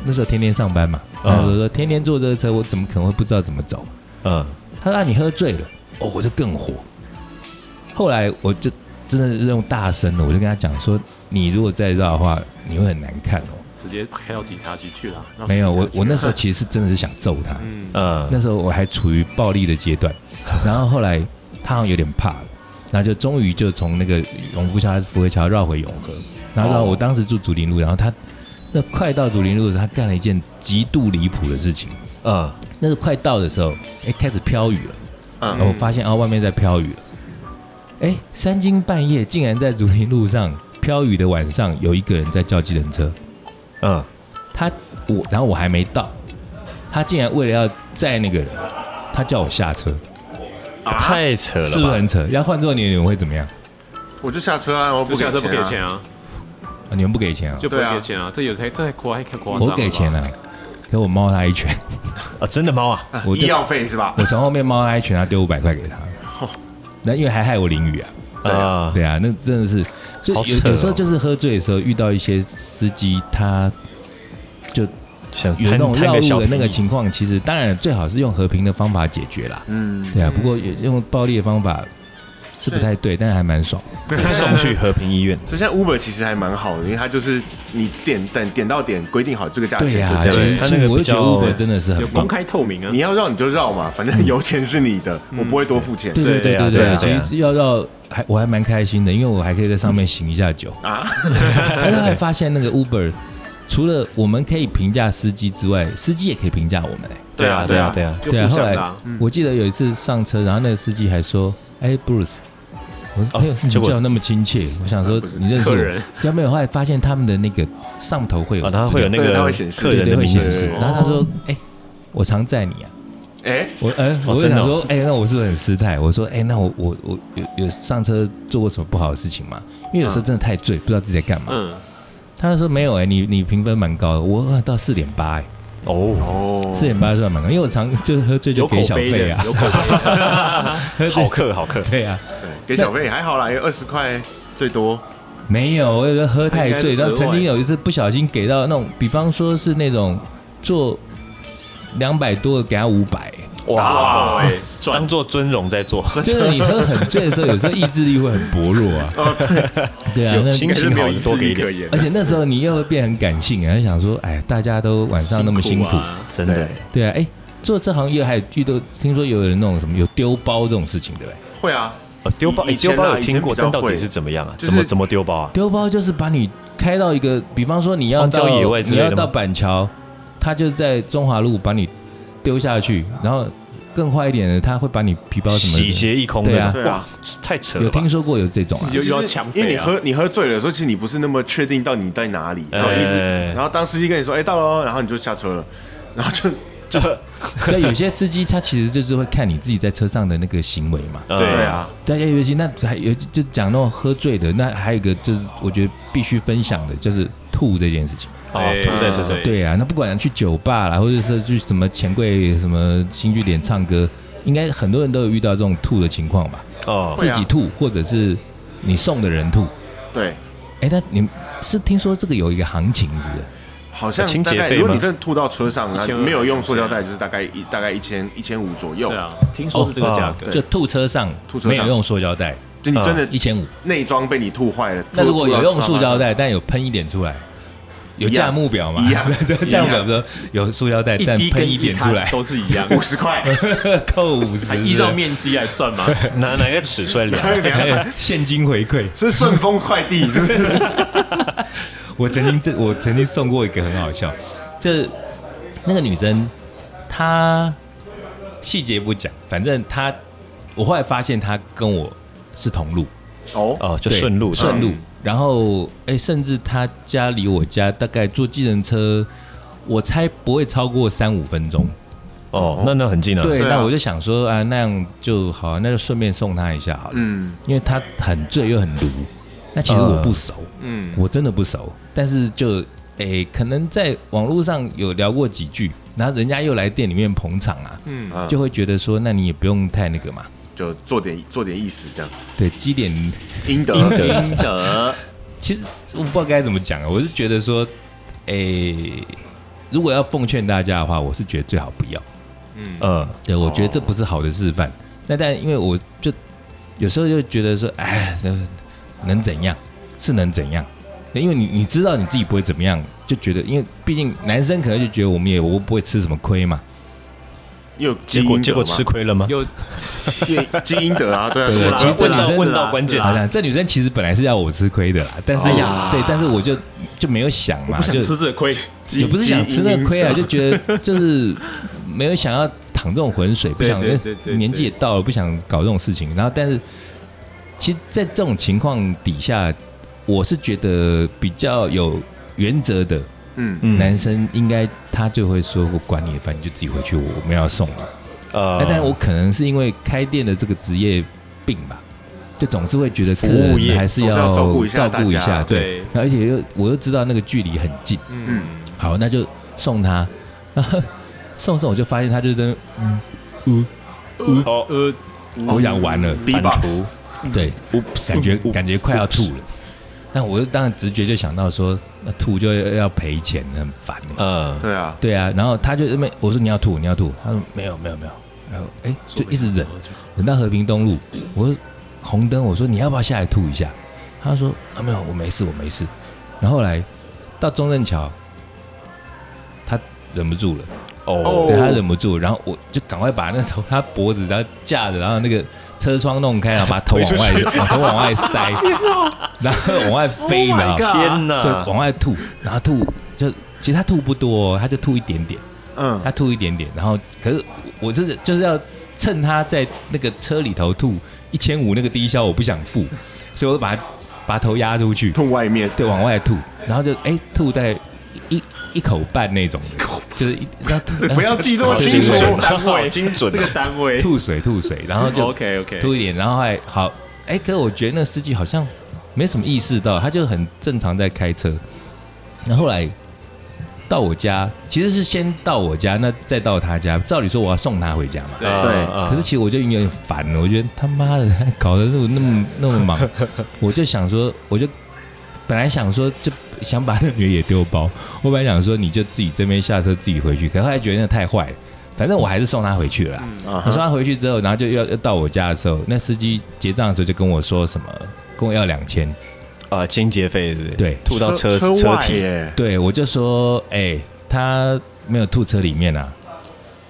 Speaker 4: 那时候天天上班嘛，然后我就说天天坐这个车，我怎么可能会不知道怎么走？
Speaker 5: 嗯，
Speaker 4: 他说、啊、你喝醉了，哦，我就更火。后来我就真的是用大声的，我就跟他讲说，你如果再绕的话，你会很难看哦。
Speaker 3: 直接开到警察局啊去了，
Speaker 4: 没有，我我那时候其实是真的是想揍他，
Speaker 3: 嗯
Speaker 5: 呃，
Speaker 4: 那时候我还处于暴力的 阶段，然后后来他好像有点怕了，然后就终于就从那个永福桥、福和桥绕回永和，然
Speaker 3: 哦
Speaker 4: 后到我当时住竹林路，然后他那快到竹林路的时候，他干了一件极度离谱的事情。
Speaker 5: 嗯，
Speaker 4: 那个快到的时候，哎，开始飘雨了，然后
Speaker 1: 嗯
Speaker 4: 我发现啊，外面在飘雨了，哎，三更半夜竟然在竹林路上飘雨的晚上，有一个人在叫计程车，
Speaker 5: 嗯，
Speaker 4: 他我，然后我还没到，他竟然为了要载那个人，他叫我下车，
Speaker 1: 啊，
Speaker 5: 太扯
Speaker 4: 是不
Speaker 5: 了
Speaker 4: 是
Speaker 5: 吧？
Speaker 4: 很扯？要换做你，你们会怎么样？
Speaker 1: 我就下车啊，我不
Speaker 3: 就
Speaker 1: 给
Speaker 3: 下车不给
Speaker 1: 钱
Speaker 3: 钱啊，
Speaker 1: 啊，
Speaker 4: 啊你们不给钱啊？
Speaker 3: 就不会
Speaker 1: 对啊
Speaker 3: 给钱啊，这有太这太夸太夸张了
Speaker 4: 我
Speaker 3: 吧，
Speaker 4: 给钱啊，可我猫他一拳，
Speaker 5: 啊，真的猫啊，
Speaker 4: 我
Speaker 1: 医
Speaker 4: 就
Speaker 1: 药费是吧？
Speaker 4: 我从后面猫他一拳，他丢五百块给他。那因为还害我淋雨啊，
Speaker 1: 对
Speaker 5: 啊，
Speaker 4: 对啊，那真的是，就
Speaker 5: 好
Speaker 4: 有
Speaker 5: 扯哦
Speaker 4: 有时候就是喝醉的时候遇到一些司机，他
Speaker 5: 想
Speaker 4: 有那
Speaker 5: 贪
Speaker 4: 种
Speaker 5: 贪
Speaker 4: 绕
Speaker 5: 个小
Speaker 4: 路的那个
Speaker 5: 便宜
Speaker 4: 情况，其实当然最好是用和平的方法解决啦。
Speaker 1: 嗯，
Speaker 4: 对啊，不过用暴力的方法是不太对，但是还蛮爽。
Speaker 5: 对送去和平医院，
Speaker 1: 所以现在 Uber 其实还蛮好的，因为它就是你点等点到点，规定好这个价钱
Speaker 4: 对呀、啊
Speaker 1: 就
Speaker 4: 其
Speaker 1: 这样。
Speaker 4: 实
Speaker 5: 对他啊
Speaker 4: 所
Speaker 5: 那
Speaker 4: 以
Speaker 5: 个
Speaker 4: 我就
Speaker 5: 比
Speaker 4: 觉得
Speaker 5: 较
Speaker 4: Uber 真的是很
Speaker 3: 有公
Speaker 4: 棒。
Speaker 3: 开透明啊
Speaker 1: 你，要让你就绕嘛，反正油钱是你的，我不会多付钱。
Speaker 4: 对
Speaker 5: 对
Speaker 4: 对
Speaker 5: 啊
Speaker 4: 对
Speaker 5: 对啊对啊
Speaker 4: 其实要到还我还蛮开心的，因为我还可以在上面醒一 下酒。
Speaker 1: 啊，
Speaker 4: 而且还发现那个 Uber，除了我们可以评价司机之外，司机也可以评价我们、欸。
Speaker 1: 对啊，对啊，
Speaker 5: 对啊，
Speaker 3: 就
Speaker 4: 对啊
Speaker 3: 互
Speaker 4: 后
Speaker 3: 相
Speaker 4: 来
Speaker 3: 的啊，
Speaker 4: 我记得有一次上车，然后那个司机还说：“哎、b r u c e 我说：“哎呦，你
Speaker 5: 结果
Speaker 4: 叫那么亲切。”我想说
Speaker 1: 不是
Speaker 4: 你认识
Speaker 3: 客
Speaker 4: 我，
Speaker 3: 人
Speaker 4: 要没有后来发现他们的那个上头会有
Speaker 5: 啊，他会有那
Speaker 1: 对
Speaker 5: 个
Speaker 1: 它会显示
Speaker 5: 客
Speaker 4: 对
Speaker 5: 人
Speaker 4: 对
Speaker 5: 的
Speaker 4: 会
Speaker 5: 名哦
Speaker 4: 显
Speaker 5: 字
Speaker 4: 示，，然后他说：“哎、我常载你啊。”
Speaker 1: 哎，
Speaker 4: 我哎、我就
Speaker 5: 真的
Speaker 4: 想
Speaker 5: 哦
Speaker 4: 说，哎、那我是不是很失态？我说，哎、那我我我有有上车做过什么不好的事情吗？因为有时候真的太醉，不知道自己在干嘛。
Speaker 3: 嗯，
Speaker 4: 他就说没有、哎，你你评分蛮高的，我到四点八，哎，
Speaker 5: 哦，
Speaker 1: 哦，
Speaker 4: 四点八算蛮高，因为我常就是喝醉就
Speaker 3: 有口
Speaker 4: 给小
Speaker 3: 碑
Speaker 4: 费
Speaker 3: 的
Speaker 4: 啊，，
Speaker 3: 有口碑
Speaker 1: 哦
Speaker 3: 的，
Speaker 5: 好客好客，
Speaker 4: 对啊，
Speaker 1: 对给小费还好啦，有二十块最多。
Speaker 4: 没有，我有时候喝太
Speaker 3: 应该
Speaker 4: 醉，
Speaker 3: 是
Speaker 4: 然后
Speaker 3: 额外
Speaker 4: 曾经有一次不小心给到那种，比方说是那种坐两百多的给他五百、
Speaker 3: 哇，哎
Speaker 5: 啊当做尊荣在做，
Speaker 4: 就是你喝很醉的时候，有时候意志力会很薄弱啊。对啊，那
Speaker 5: 心情好多给一点，
Speaker 1: 言
Speaker 4: 而且那时候你又会变很感性啊，就想说，哎，大家都晚上那么辛苦，
Speaker 3: 啊
Speaker 5: 真的
Speaker 1: 对
Speaker 4: 对啊，哎，做这行业还有遇到听说有人那种什么有丢包这种事情，对不对？
Speaker 1: 会啊，
Speaker 5: 哦丢包，
Speaker 1: 以
Speaker 5: 哎
Speaker 1: 前啊
Speaker 5: 丢包有
Speaker 1: 以前
Speaker 5: 听过，
Speaker 1: 比较
Speaker 5: 但到
Speaker 1: 会
Speaker 5: 底是怎么样啊？
Speaker 1: 就是
Speaker 5: 怎么怎么丢包啊？
Speaker 4: 丢包就是把你开到一个，比方说你要到
Speaker 5: 荒郊野外之
Speaker 4: 你
Speaker 5: 类的吗
Speaker 4: 要到板桥，他就在中华路把你丢下去，然后更坏一点的，他会把你皮包什么的
Speaker 5: 洗劫一空
Speaker 4: 对啊
Speaker 5: 的，
Speaker 1: 对啊，
Speaker 5: 太扯
Speaker 4: 有
Speaker 5: 了吧
Speaker 4: 听？说过有这种啊
Speaker 3: 是？又
Speaker 1: 就是
Speaker 3: 又要抢
Speaker 1: 因为
Speaker 3: 匪
Speaker 1: 你
Speaker 3: 啊
Speaker 1: 喝你喝醉了的时候，其实你不是那么确定到底你在哪里，然后一直，
Speaker 5: 哎
Speaker 1: 然后当司机跟你说，哎，到了哦，然后你就下车了，然后就
Speaker 4: 对，有些司机他其实就是会看你自己在车上的那个行为嘛。
Speaker 5: 嗯
Speaker 1: 对，啊，
Speaker 4: 大家尤其那还有就讲那种喝醉的，那还有一个就是我觉得必须分享的就是吐这件事情。
Speaker 5: 哦，
Speaker 3: 哎
Speaker 5: 吐在身上，
Speaker 3: 对
Speaker 4: 对啊，那不管去酒吧啦，或者是去什么钱柜、什么新据点唱歌，应该很多人都有遇到这种吐的情况吧？
Speaker 5: 哦，
Speaker 1: 会
Speaker 4: 自
Speaker 1: 啊
Speaker 4: 己吐，或者是你送的人吐。
Speaker 1: 对，
Speaker 4: 哎，那你是听说这个有一个行情，是不是？
Speaker 1: 好像
Speaker 5: 清洁
Speaker 1: 大概
Speaker 5: 费
Speaker 1: 如果
Speaker 5: 吗
Speaker 1: 你真的吐到车上，然后
Speaker 3: 1200
Speaker 1: 没有用塑胶袋，就是大概一大概一千一千五左右
Speaker 3: 对，啊，听说是这个价格，
Speaker 1: 对
Speaker 4: 就吐车上，
Speaker 1: 吐车上
Speaker 4: 没有用塑胶袋，啊
Speaker 1: 就你真的
Speaker 4: 一千五。
Speaker 1: 内装被你吐坏了，
Speaker 4: 嗯那
Speaker 1: 吐
Speaker 4: 如果
Speaker 1: 吐到
Speaker 4: 有用
Speaker 1: 车上
Speaker 4: 塑胶袋，但有喷一点出来，有
Speaker 1: 一样
Speaker 4: 价目表嘛？
Speaker 1: 一样
Speaker 4: 就
Speaker 1: 一
Speaker 4: 价
Speaker 1: 样
Speaker 4: 目表说有塑胶袋，
Speaker 3: 一
Speaker 4: 但
Speaker 3: 滴
Speaker 4: 喷
Speaker 3: 跟
Speaker 4: 一
Speaker 3: 一
Speaker 4: 点出
Speaker 3: 摊
Speaker 4: 来，
Speaker 3: 都是一样，
Speaker 1: 五十块，
Speaker 4: 扣五十
Speaker 3: 还， 依照面积来算吗？
Speaker 5: 拿拿一个尺出来量，
Speaker 1: 两
Speaker 4: 哎 现金回馈。
Speaker 1: 是顺丰快递，是不是？
Speaker 4: 我曾经这我曾经送过一个很好笑，就是那个女生她细节不讲，反正她我后来发现她跟我是同路，
Speaker 1: 哦，
Speaker 5: 哦，就
Speaker 4: 对
Speaker 5: 顺路
Speaker 4: 顺路
Speaker 1: 嗯。
Speaker 4: 然后哎、甚至她家离我家大概坐计程车，我猜不会超过三五分钟。
Speaker 5: 哦，那那很近啊，
Speaker 4: 对，
Speaker 1: 对啊
Speaker 4: 那我就想说啊，那样就好啊，那就顺便送她一下好了，
Speaker 1: 嗯
Speaker 4: 因为她很醉又很毒。那其实我不熟，
Speaker 1: 嗯，
Speaker 4: 我真的不熟，但是就诶、可能在网络上有聊过几句，然后人家又来店里面捧场啊，
Speaker 2: 嗯，
Speaker 1: 啊
Speaker 4: 就会觉得说，那你也不用太那个嘛，
Speaker 1: 就做点做点意思这样，
Speaker 4: 对，积点。
Speaker 1: 应得
Speaker 3: 应得，
Speaker 4: 其实我不知道该怎么讲啊，我是觉得说，诶、如果要奉劝大家的话，我是觉得最好不要。
Speaker 5: 嗯，
Speaker 4: 对，我
Speaker 3: 哦
Speaker 4: 觉得这不是好的示范。那但因为我就有时候就觉得说，哎，这能怎样？是能怎样？对因为你你知道你自己不会怎么样，就觉得，因为毕竟男生可能就觉得我们也我不会吃什么亏嘛，
Speaker 1: 又基
Speaker 5: 结果
Speaker 1: 因
Speaker 5: 结果吃亏了吗？
Speaker 3: 又
Speaker 1: 基因得啊，对啊，
Speaker 4: 对
Speaker 1: 是
Speaker 4: 对
Speaker 1: 啊
Speaker 4: 其实
Speaker 1: 是啊
Speaker 5: 问到
Speaker 1: 是啊
Speaker 5: 问到关键
Speaker 3: 是
Speaker 4: 好
Speaker 3: 啊
Speaker 4: 像这女生其实本来是要我吃亏的啦，但是、
Speaker 1: 哎
Speaker 3: 呀
Speaker 4: 对，但是我就就没有想嘛，
Speaker 3: 不想
Speaker 4: 就
Speaker 3: 吃这个亏，
Speaker 1: 基
Speaker 4: 也不是想吃那个亏啊，就觉得就是没有想要淌这种浑水，不
Speaker 3: 对
Speaker 4: 想
Speaker 3: 对对对
Speaker 4: 年纪也到了，不想搞这种事情。然后，但是其实，在这种情况底下，我是觉得比较有原则的
Speaker 1: 嗯，
Speaker 5: 嗯
Speaker 4: 男生，应该他就会说：“我管你，反正你就自己回去，我我们要送你。”
Speaker 5: 呃
Speaker 4: 哎但，但我可能是因为开店的这个职业病吧，就总是会觉得客人
Speaker 5: 服务业
Speaker 4: 还是
Speaker 1: 总是要照顾一下
Speaker 4: 照
Speaker 1: 大
Speaker 4: 顾一
Speaker 1: 家
Speaker 4: 下，对。
Speaker 3: 对，
Speaker 4: 而且又我又知道那个距离很近。
Speaker 1: 嗯，
Speaker 4: 好，那就送他。 然后送送，我就发现他就真的，嗯，
Speaker 5: 哦
Speaker 3: 呃，
Speaker 4: 呜、我想完了，
Speaker 1: B
Speaker 5: 反
Speaker 1: box
Speaker 5: 刍
Speaker 4: 对，感觉感觉快要吐了。那我就当然直觉就想到说，那吐就要要赔钱，很烦欸。
Speaker 5: 嗯，
Speaker 1: 对啊，
Speaker 4: 对啊，然后他就没，我说你要吐，你要吐，他说没有没有没有，然后哎就一直忍，忍到和平东路，我说红灯，我说你要不要下来吐一下？他说啊没有，我没事，我没事。然后后来到中正桥，他忍不住了。
Speaker 5: 哦，
Speaker 4: 对他忍不住，然后我就赶快把那头他脖子然后架着，然后那个车窗弄开，然后把头往外，把头往外塞， 然后往外飞，你知道吗
Speaker 3: Oh my
Speaker 5: 天
Speaker 4: 就
Speaker 5: 哪，
Speaker 4: 往外吐，然后吐就其实他吐不多、哦，他就吐一点点，
Speaker 1: 嗯，
Speaker 4: 他吐一点点，然后可是我我是就是要趁他在那个车里头吐一千五那个低消我不想付，所以我就把他把头压出去，
Speaker 1: 吐外面，
Speaker 4: 对，往外吐，然后就哎、吐在一一一口半那种的，就是 一然后吐
Speaker 1: 不要记这么
Speaker 5: 这
Speaker 1: 清
Speaker 5: 精
Speaker 1: 楚
Speaker 5: 准，
Speaker 4: 啊
Speaker 3: 单位
Speaker 5: 精准
Speaker 3: 这个单位，哦
Speaker 4: 吐水吐水，然后
Speaker 1: 哦
Speaker 4: 就
Speaker 3: OK OK，
Speaker 4: 吐一点，然后还好，哎、可是我觉得那个司机好像没什么意识到，他就很正常在开车。那后来到我家，其实是先到我家，那再到他家。照理说我要送他回家嘛，
Speaker 3: 对呃
Speaker 4: 可是其实我就啊有点烦了，我觉得他妈的搞得那么那么那么忙，我就想说，我就本来想说就想把那女的也丢包。我本来想说你就自己这边下车自己回去，可后来觉得那太坏了，反正我还是送她回去了啦。
Speaker 1: 啊
Speaker 4: 我送
Speaker 1: 哈，
Speaker 4: 她回去之后，然后就要要到我家的时候，那司机结账的时候就跟我说什么，跟我要两千。
Speaker 5: 啊，清洁费是不是？
Speaker 4: 对
Speaker 5: 吐到车
Speaker 1: 车
Speaker 5: 车
Speaker 1: 外
Speaker 5: 体，
Speaker 1: 耶，
Speaker 4: 对，我就说，哎、他没有吐车里面啊。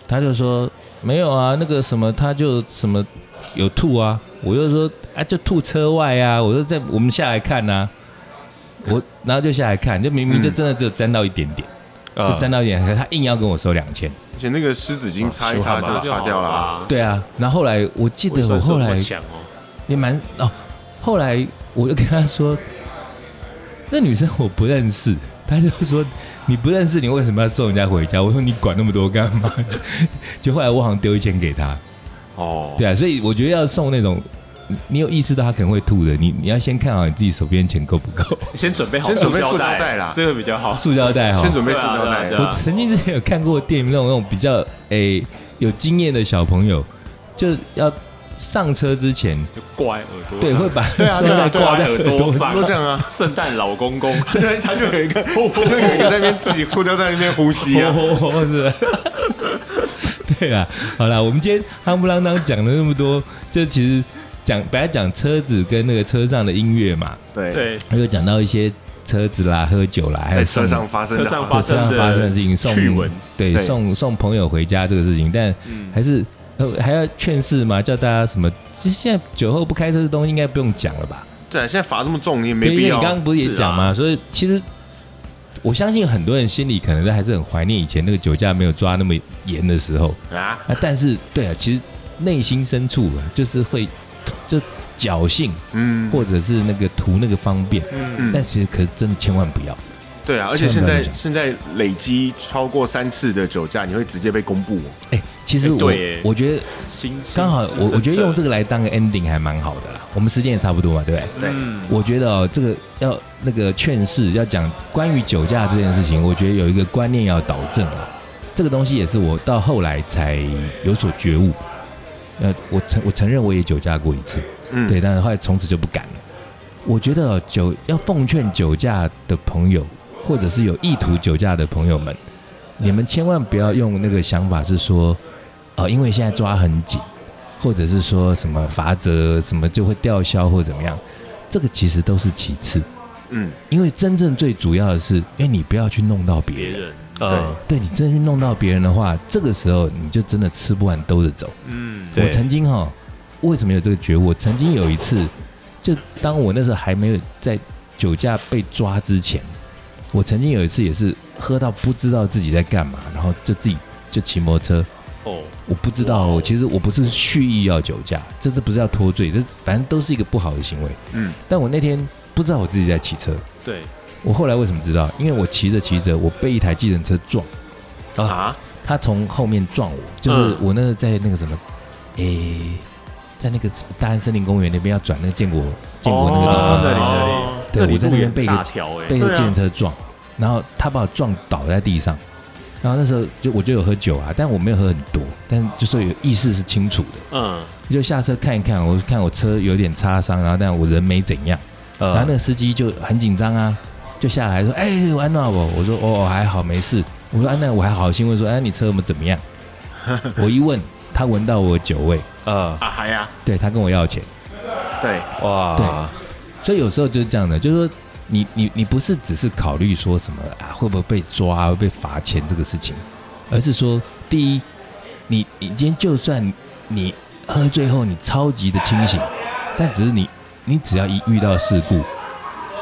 Speaker 4: 他就说没有啊，那个什么，他就什么有吐啊。我就说，啊，就吐车外啊。我说在我们下来看呐、我然后就下来看，就明明就真的只有沾到一点点，
Speaker 5: 啊
Speaker 4: 就沾到一点，可是他硬要跟我收两千。
Speaker 1: 而且那个湿纸巾擦一
Speaker 5: 啊
Speaker 1: 擦
Speaker 5: 手
Speaker 1: 就
Speaker 5: 汗
Speaker 1: 擦掉了啊，
Speaker 3: 了。
Speaker 4: 对啊，然后后来我记得
Speaker 3: 卫
Speaker 4: 我
Speaker 3: 生
Speaker 4: 后
Speaker 3: 所这
Speaker 4: 来
Speaker 3: 么强哦，
Speaker 4: 也蛮哦，后来我就跟他说，那女生我不认识，他就说你不认识，你为什么要送人家回家？我说你管那么多干嘛？ 就就后来我好像丢一千给他，
Speaker 1: 哦，
Speaker 4: 对啊，所以我觉得要送那种。你你有意识到他可能会吐的，你你要先看好你自己手边钱够不够，
Speaker 3: 你先准备好
Speaker 1: 先准备
Speaker 3: 塑胶
Speaker 1: 塑胶袋啦
Speaker 3: 这个比较好。
Speaker 4: 塑胶袋哈
Speaker 1: 先。准备塑
Speaker 3: 对啊
Speaker 1: 料
Speaker 3: 对啊
Speaker 1: 袋
Speaker 3: 对，啊
Speaker 4: 我曾经之前有看过电影，那种那种比较诶、有经验的小朋友，就要上车之前，
Speaker 3: 就挂在耳朵上，
Speaker 4: 对，会 把
Speaker 1: 对啊
Speaker 4: 塑料袋
Speaker 1: 对啊
Speaker 4: 挂在
Speaker 3: 对啊
Speaker 4: 耳朵上
Speaker 3: 耳，
Speaker 1: 说这样啊，
Speaker 3: 圣诞老公 公，
Speaker 1: 对，他就有一个，他就有一个 在那边自己塑胶袋那边呼吸 啊，
Speaker 4: 哦，是。对啊，好啦，我们今天夯不啷当讲了那么多，这其实讲本来讲车子跟那个车上的音乐嘛，
Speaker 1: 对，
Speaker 3: 对，
Speaker 4: 还有讲到一些车子啦、喝酒啦，还有
Speaker 1: 在车
Speaker 4: 送
Speaker 1: 上发生
Speaker 3: 车
Speaker 1: 的
Speaker 3: 上
Speaker 1: 好
Speaker 3: 发
Speaker 4: 车
Speaker 3: 生
Speaker 4: 上
Speaker 3: 的
Speaker 4: 发生的事情，送
Speaker 3: 趣闻，
Speaker 4: 对，
Speaker 1: 对
Speaker 4: 送送朋友回家这个事情，但
Speaker 3: 嗯，
Speaker 4: 还是呃还要劝世嘛，叫大家什么？其实现在酒后不开车的东西应该不用讲了吧？
Speaker 1: 对啊，现在罚这么重，你也
Speaker 4: 对
Speaker 1: 没
Speaker 4: 因为
Speaker 1: 必要啊
Speaker 4: 你。刚刚不是也讲嘛，所以其实我相信很多人心里可能都还是很怀念以前那个酒驾没有抓那么严的时候。
Speaker 1: 啊，
Speaker 4: 啊，但是对啊，其实内心深处啊，就是会就侥幸，
Speaker 1: 嗯，
Speaker 4: 或者是那个图那个方便，
Speaker 1: 嗯
Speaker 4: 但其实可是真的千万不要。
Speaker 1: 对啊，而且现
Speaker 4: 千万不要
Speaker 1: 在
Speaker 4: 讲
Speaker 1: 现在累积超过三次的酒驾，你会直接被公布哦。
Speaker 4: 哎、其实
Speaker 3: 哎
Speaker 4: 我、
Speaker 3: 对
Speaker 4: 我觉得
Speaker 3: 新
Speaker 4: 刚好我我觉得用这
Speaker 3: 个，
Speaker 4: 个来当个 ending 还蛮好的啦，我们时间也差不多嘛，对不对？
Speaker 1: 对
Speaker 3: 嗯，
Speaker 4: 我觉得哦，这个要那个劝世，要讲关于酒驾这件事情，我觉得有一个观念要导正啊。这个东西也是我到后来才有所觉悟。呃，我承我承认我也酒驾过一次，
Speaker 1: 嗯，
Speaker 4: 对，但是后来从此就不敢了。我觉得哦酒要奉劝酒驾的朋友，或者是有意图酒驾的朋友们，你们千万不要用那个想法是说，呃，因为现在抓很紧，或者是说什么罚则什么就会吊销或怎么样，这个其实都是其次，
Speaker 1: 嗯，
Speaker 4: 因为真正最主要的是，因为你不要去弄到别
Speaker 3: 别
Speaker 4: 人。
Speaker 3: 人，
Speaker 5: 嗯，
Speaker 4: 对你真的去弄到别人的话，这个时候你就真的吃不完兜着走。
Speaker 3: 嗯，
Speaker 5: 对
Speaker 4: 我曾经哈，为什么有这个觉悟？我曾经有一次，就当我那时候还没有在酒驾被抓之前，我曾经有一次也是喝到不知道自己在干嘛，然后就自己就骑摩托车。
Speaker 3: 哦，
Speaker 4: 我不知道，
Speaker 3: 哇哦
Speaker 4: 我其实我不是蓄意要酒驾，这这不是要脱罪，这反正都是一个不好的行为。
Speaker 1: 嗯，
Speaker 4: 但我那天不知道我自己在骑车，
Speaker 3: 对，
Speaker 4: 我后来为什么知道？因为我骑着骑着，我被一台计程车撞，
Speaker 1: 啊，
Speaker 4: 他从后面撞我，
Speaker 3: 嗯
Speaker 4: 就是我那个在那个什么，诶、在那个大安森林公园那边要转那个建国建国那个地
Speaker 3: 哦
Speaker 4: 方，
Speaker 3: 那里
Speaker 1: 哦
Speaker 3: 那
Speaker 4: 对
Speaker 3: 里，
Speaker 4: 我在那
Speaker 3: 路
Speaker 4: 边
Speaker 3: 也很
Speaker 4: 被一个
Speaker 3: 大条哎，
Speaker 4: 被那
Speaker 1: 对
Speaker 4: 个
Speaker 1: 啊
Speaker 4: 计程车撞，然后他把我撞倒在地上，然后那时候就我就有喝酒啊，但我没有喝很多，但就是有意识是清楚的，
Speaker 3: 嗯，
Speaker 4: 就下车看一看，我看我车有点擦伤，然后但我人没怎样。然后
Speaker 5: 嗯，
Speaker 4: 那个司机就很紧张啊，就下来说：“哎、我安娜我。”我说：“哦，还好，没事。”我说：“安、娜，我还好心问说，哎、你车有没有怎么样？” 我一问，他闻到我的酒味，
Speaker 5: 嗯，
Speaker 1: 啊还呀，
Speaker 4: 对他跟我要钱，
Speaker 1: 对，
Speaker 5: 哇，
Speaker 4: 所以有时候就是这样的，就是说你你你不是只是考虑说什么啊会不会被抓、会被罚钱这个事情，而是说第一，你你今天就算你喝醉后你超级的清醒，但只是你你只要一遇到事故，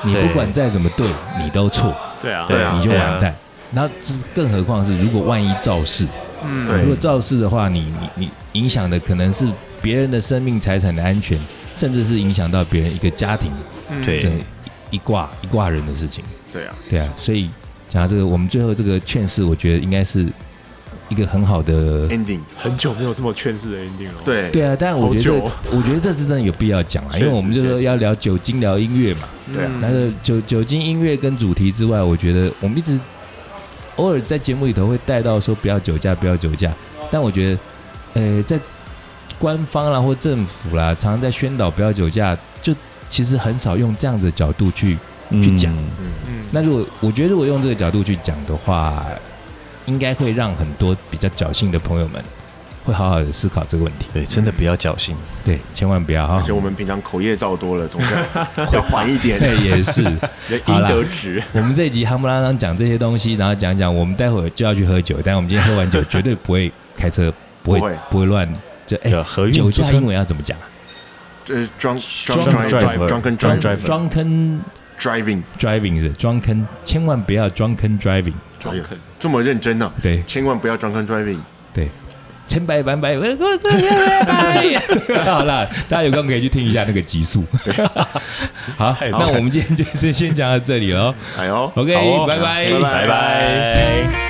Speaker 4: 你不
Speaker 5: 对
Speaker 4: 管再怎么对，你都错。
Speaker 3: 对啊，
Speaker 1: 对啊
Speaker 4: 你就完蛋。然后，这更何况是如果万一肇事，
Speaker 3: 嗯，
Speaker 1: 对
Speaker 4: 如果肇事的话，你你你影响的可能是别人的生命财产的安全，甚至是影响到别人一个家庭整
Speaker 5: 对，
Speaker 4: 一挂一挂人的事情。
Speaker 1: 对啊，
Speaker 4: 对啊，所以讲到这个，我们最后这个劝世，我觉得应该是一个很好的。
Speaker 1: ending，
Speaker 3: 很久没有这么劝世的 ending 了，，
Speaker 1: 对，
Speaker 4: 对啊，但我觉得
Speaker 3: 好久哦
Speaker 4: 我觉得这是真的有必要讲啊，因为
Speaker 3: 确实
Speaker 4: 我们就
Speaker 3: 确
Speaker 4: 说
Speaker 3: 实
Speaker 4: 要聊酒精、聊音乐嘛。
Speaker 3: 嗯
Speaker 1: 对啊
Speaker 4: 但是酒酒精音乐跟主题之外，我觉得我们一直偶尔在节目里头会带到说不要酒驾，不要酒驾。但我觉得，呃，在官方啊啦或政府啦，常常在宣导不要酒驾，就其实很少用这样子的角度去去讲
Speaker 5: 嗯
Speaker 1: 嗯，
Speaker 3: 嗯，
Speaker 4: 那如果我觉得如果用这个角度去讲的话，应该会让很多比较侥幸的朋友们会好好的思考这个问题。
Speaker 5: 对，真的不要侥幸。
Speaker 4: 对，千万不要哈
Speaker 1: 而且。我们平常口业造多了，总是要要缓一点。
Speaker 4: 对， 也是。好
Speaker 3: 应
Speaker 4: 啦
Speaker 3: 得值，
Speaker 4: 我们这一集哈姆拉当讲这些东西，然后讲一讲，我们待会儿就要去喝酒，但我们今天喝完酒绝对不会开车，不会
Speaker 1: 不会
Speaker 4: 不会乱。就哎，
Speaker 5: 对啊合运
Speaker 4: 酒
Speaker 5: 坐
Speaker 4: 驾
Speaker 5: 车
Speaker 4: 英文要怎么讲啊
Speaker 1: 呃，drunk drunk drive
Speaker 5: Drunk driver
Speaker 1: drunken
Speaker 5: Drunk
Speaker 1: drive
Speaker 4: ？drunken
Speaker 1: driving，
Speaker 4: driving 是 drunken，千万不要 drunken driving。
Speaker 1: 哎呀这么认真呢？
Speaker 4: 对
Speaker 1: 千万不要 drunken driving。
Speaker 4: 对，千百万百，我我我好啦，大家有空可以去听一下那个集数。好，那我们今天就就先讲到这里喽。
Speaker 1: 哎呦
Speaker 4: OK，
Speaker 5: 好哦
Speaker 4: 拜拜，
Speaker 1: 拜拜
Speaker 5: 拜拜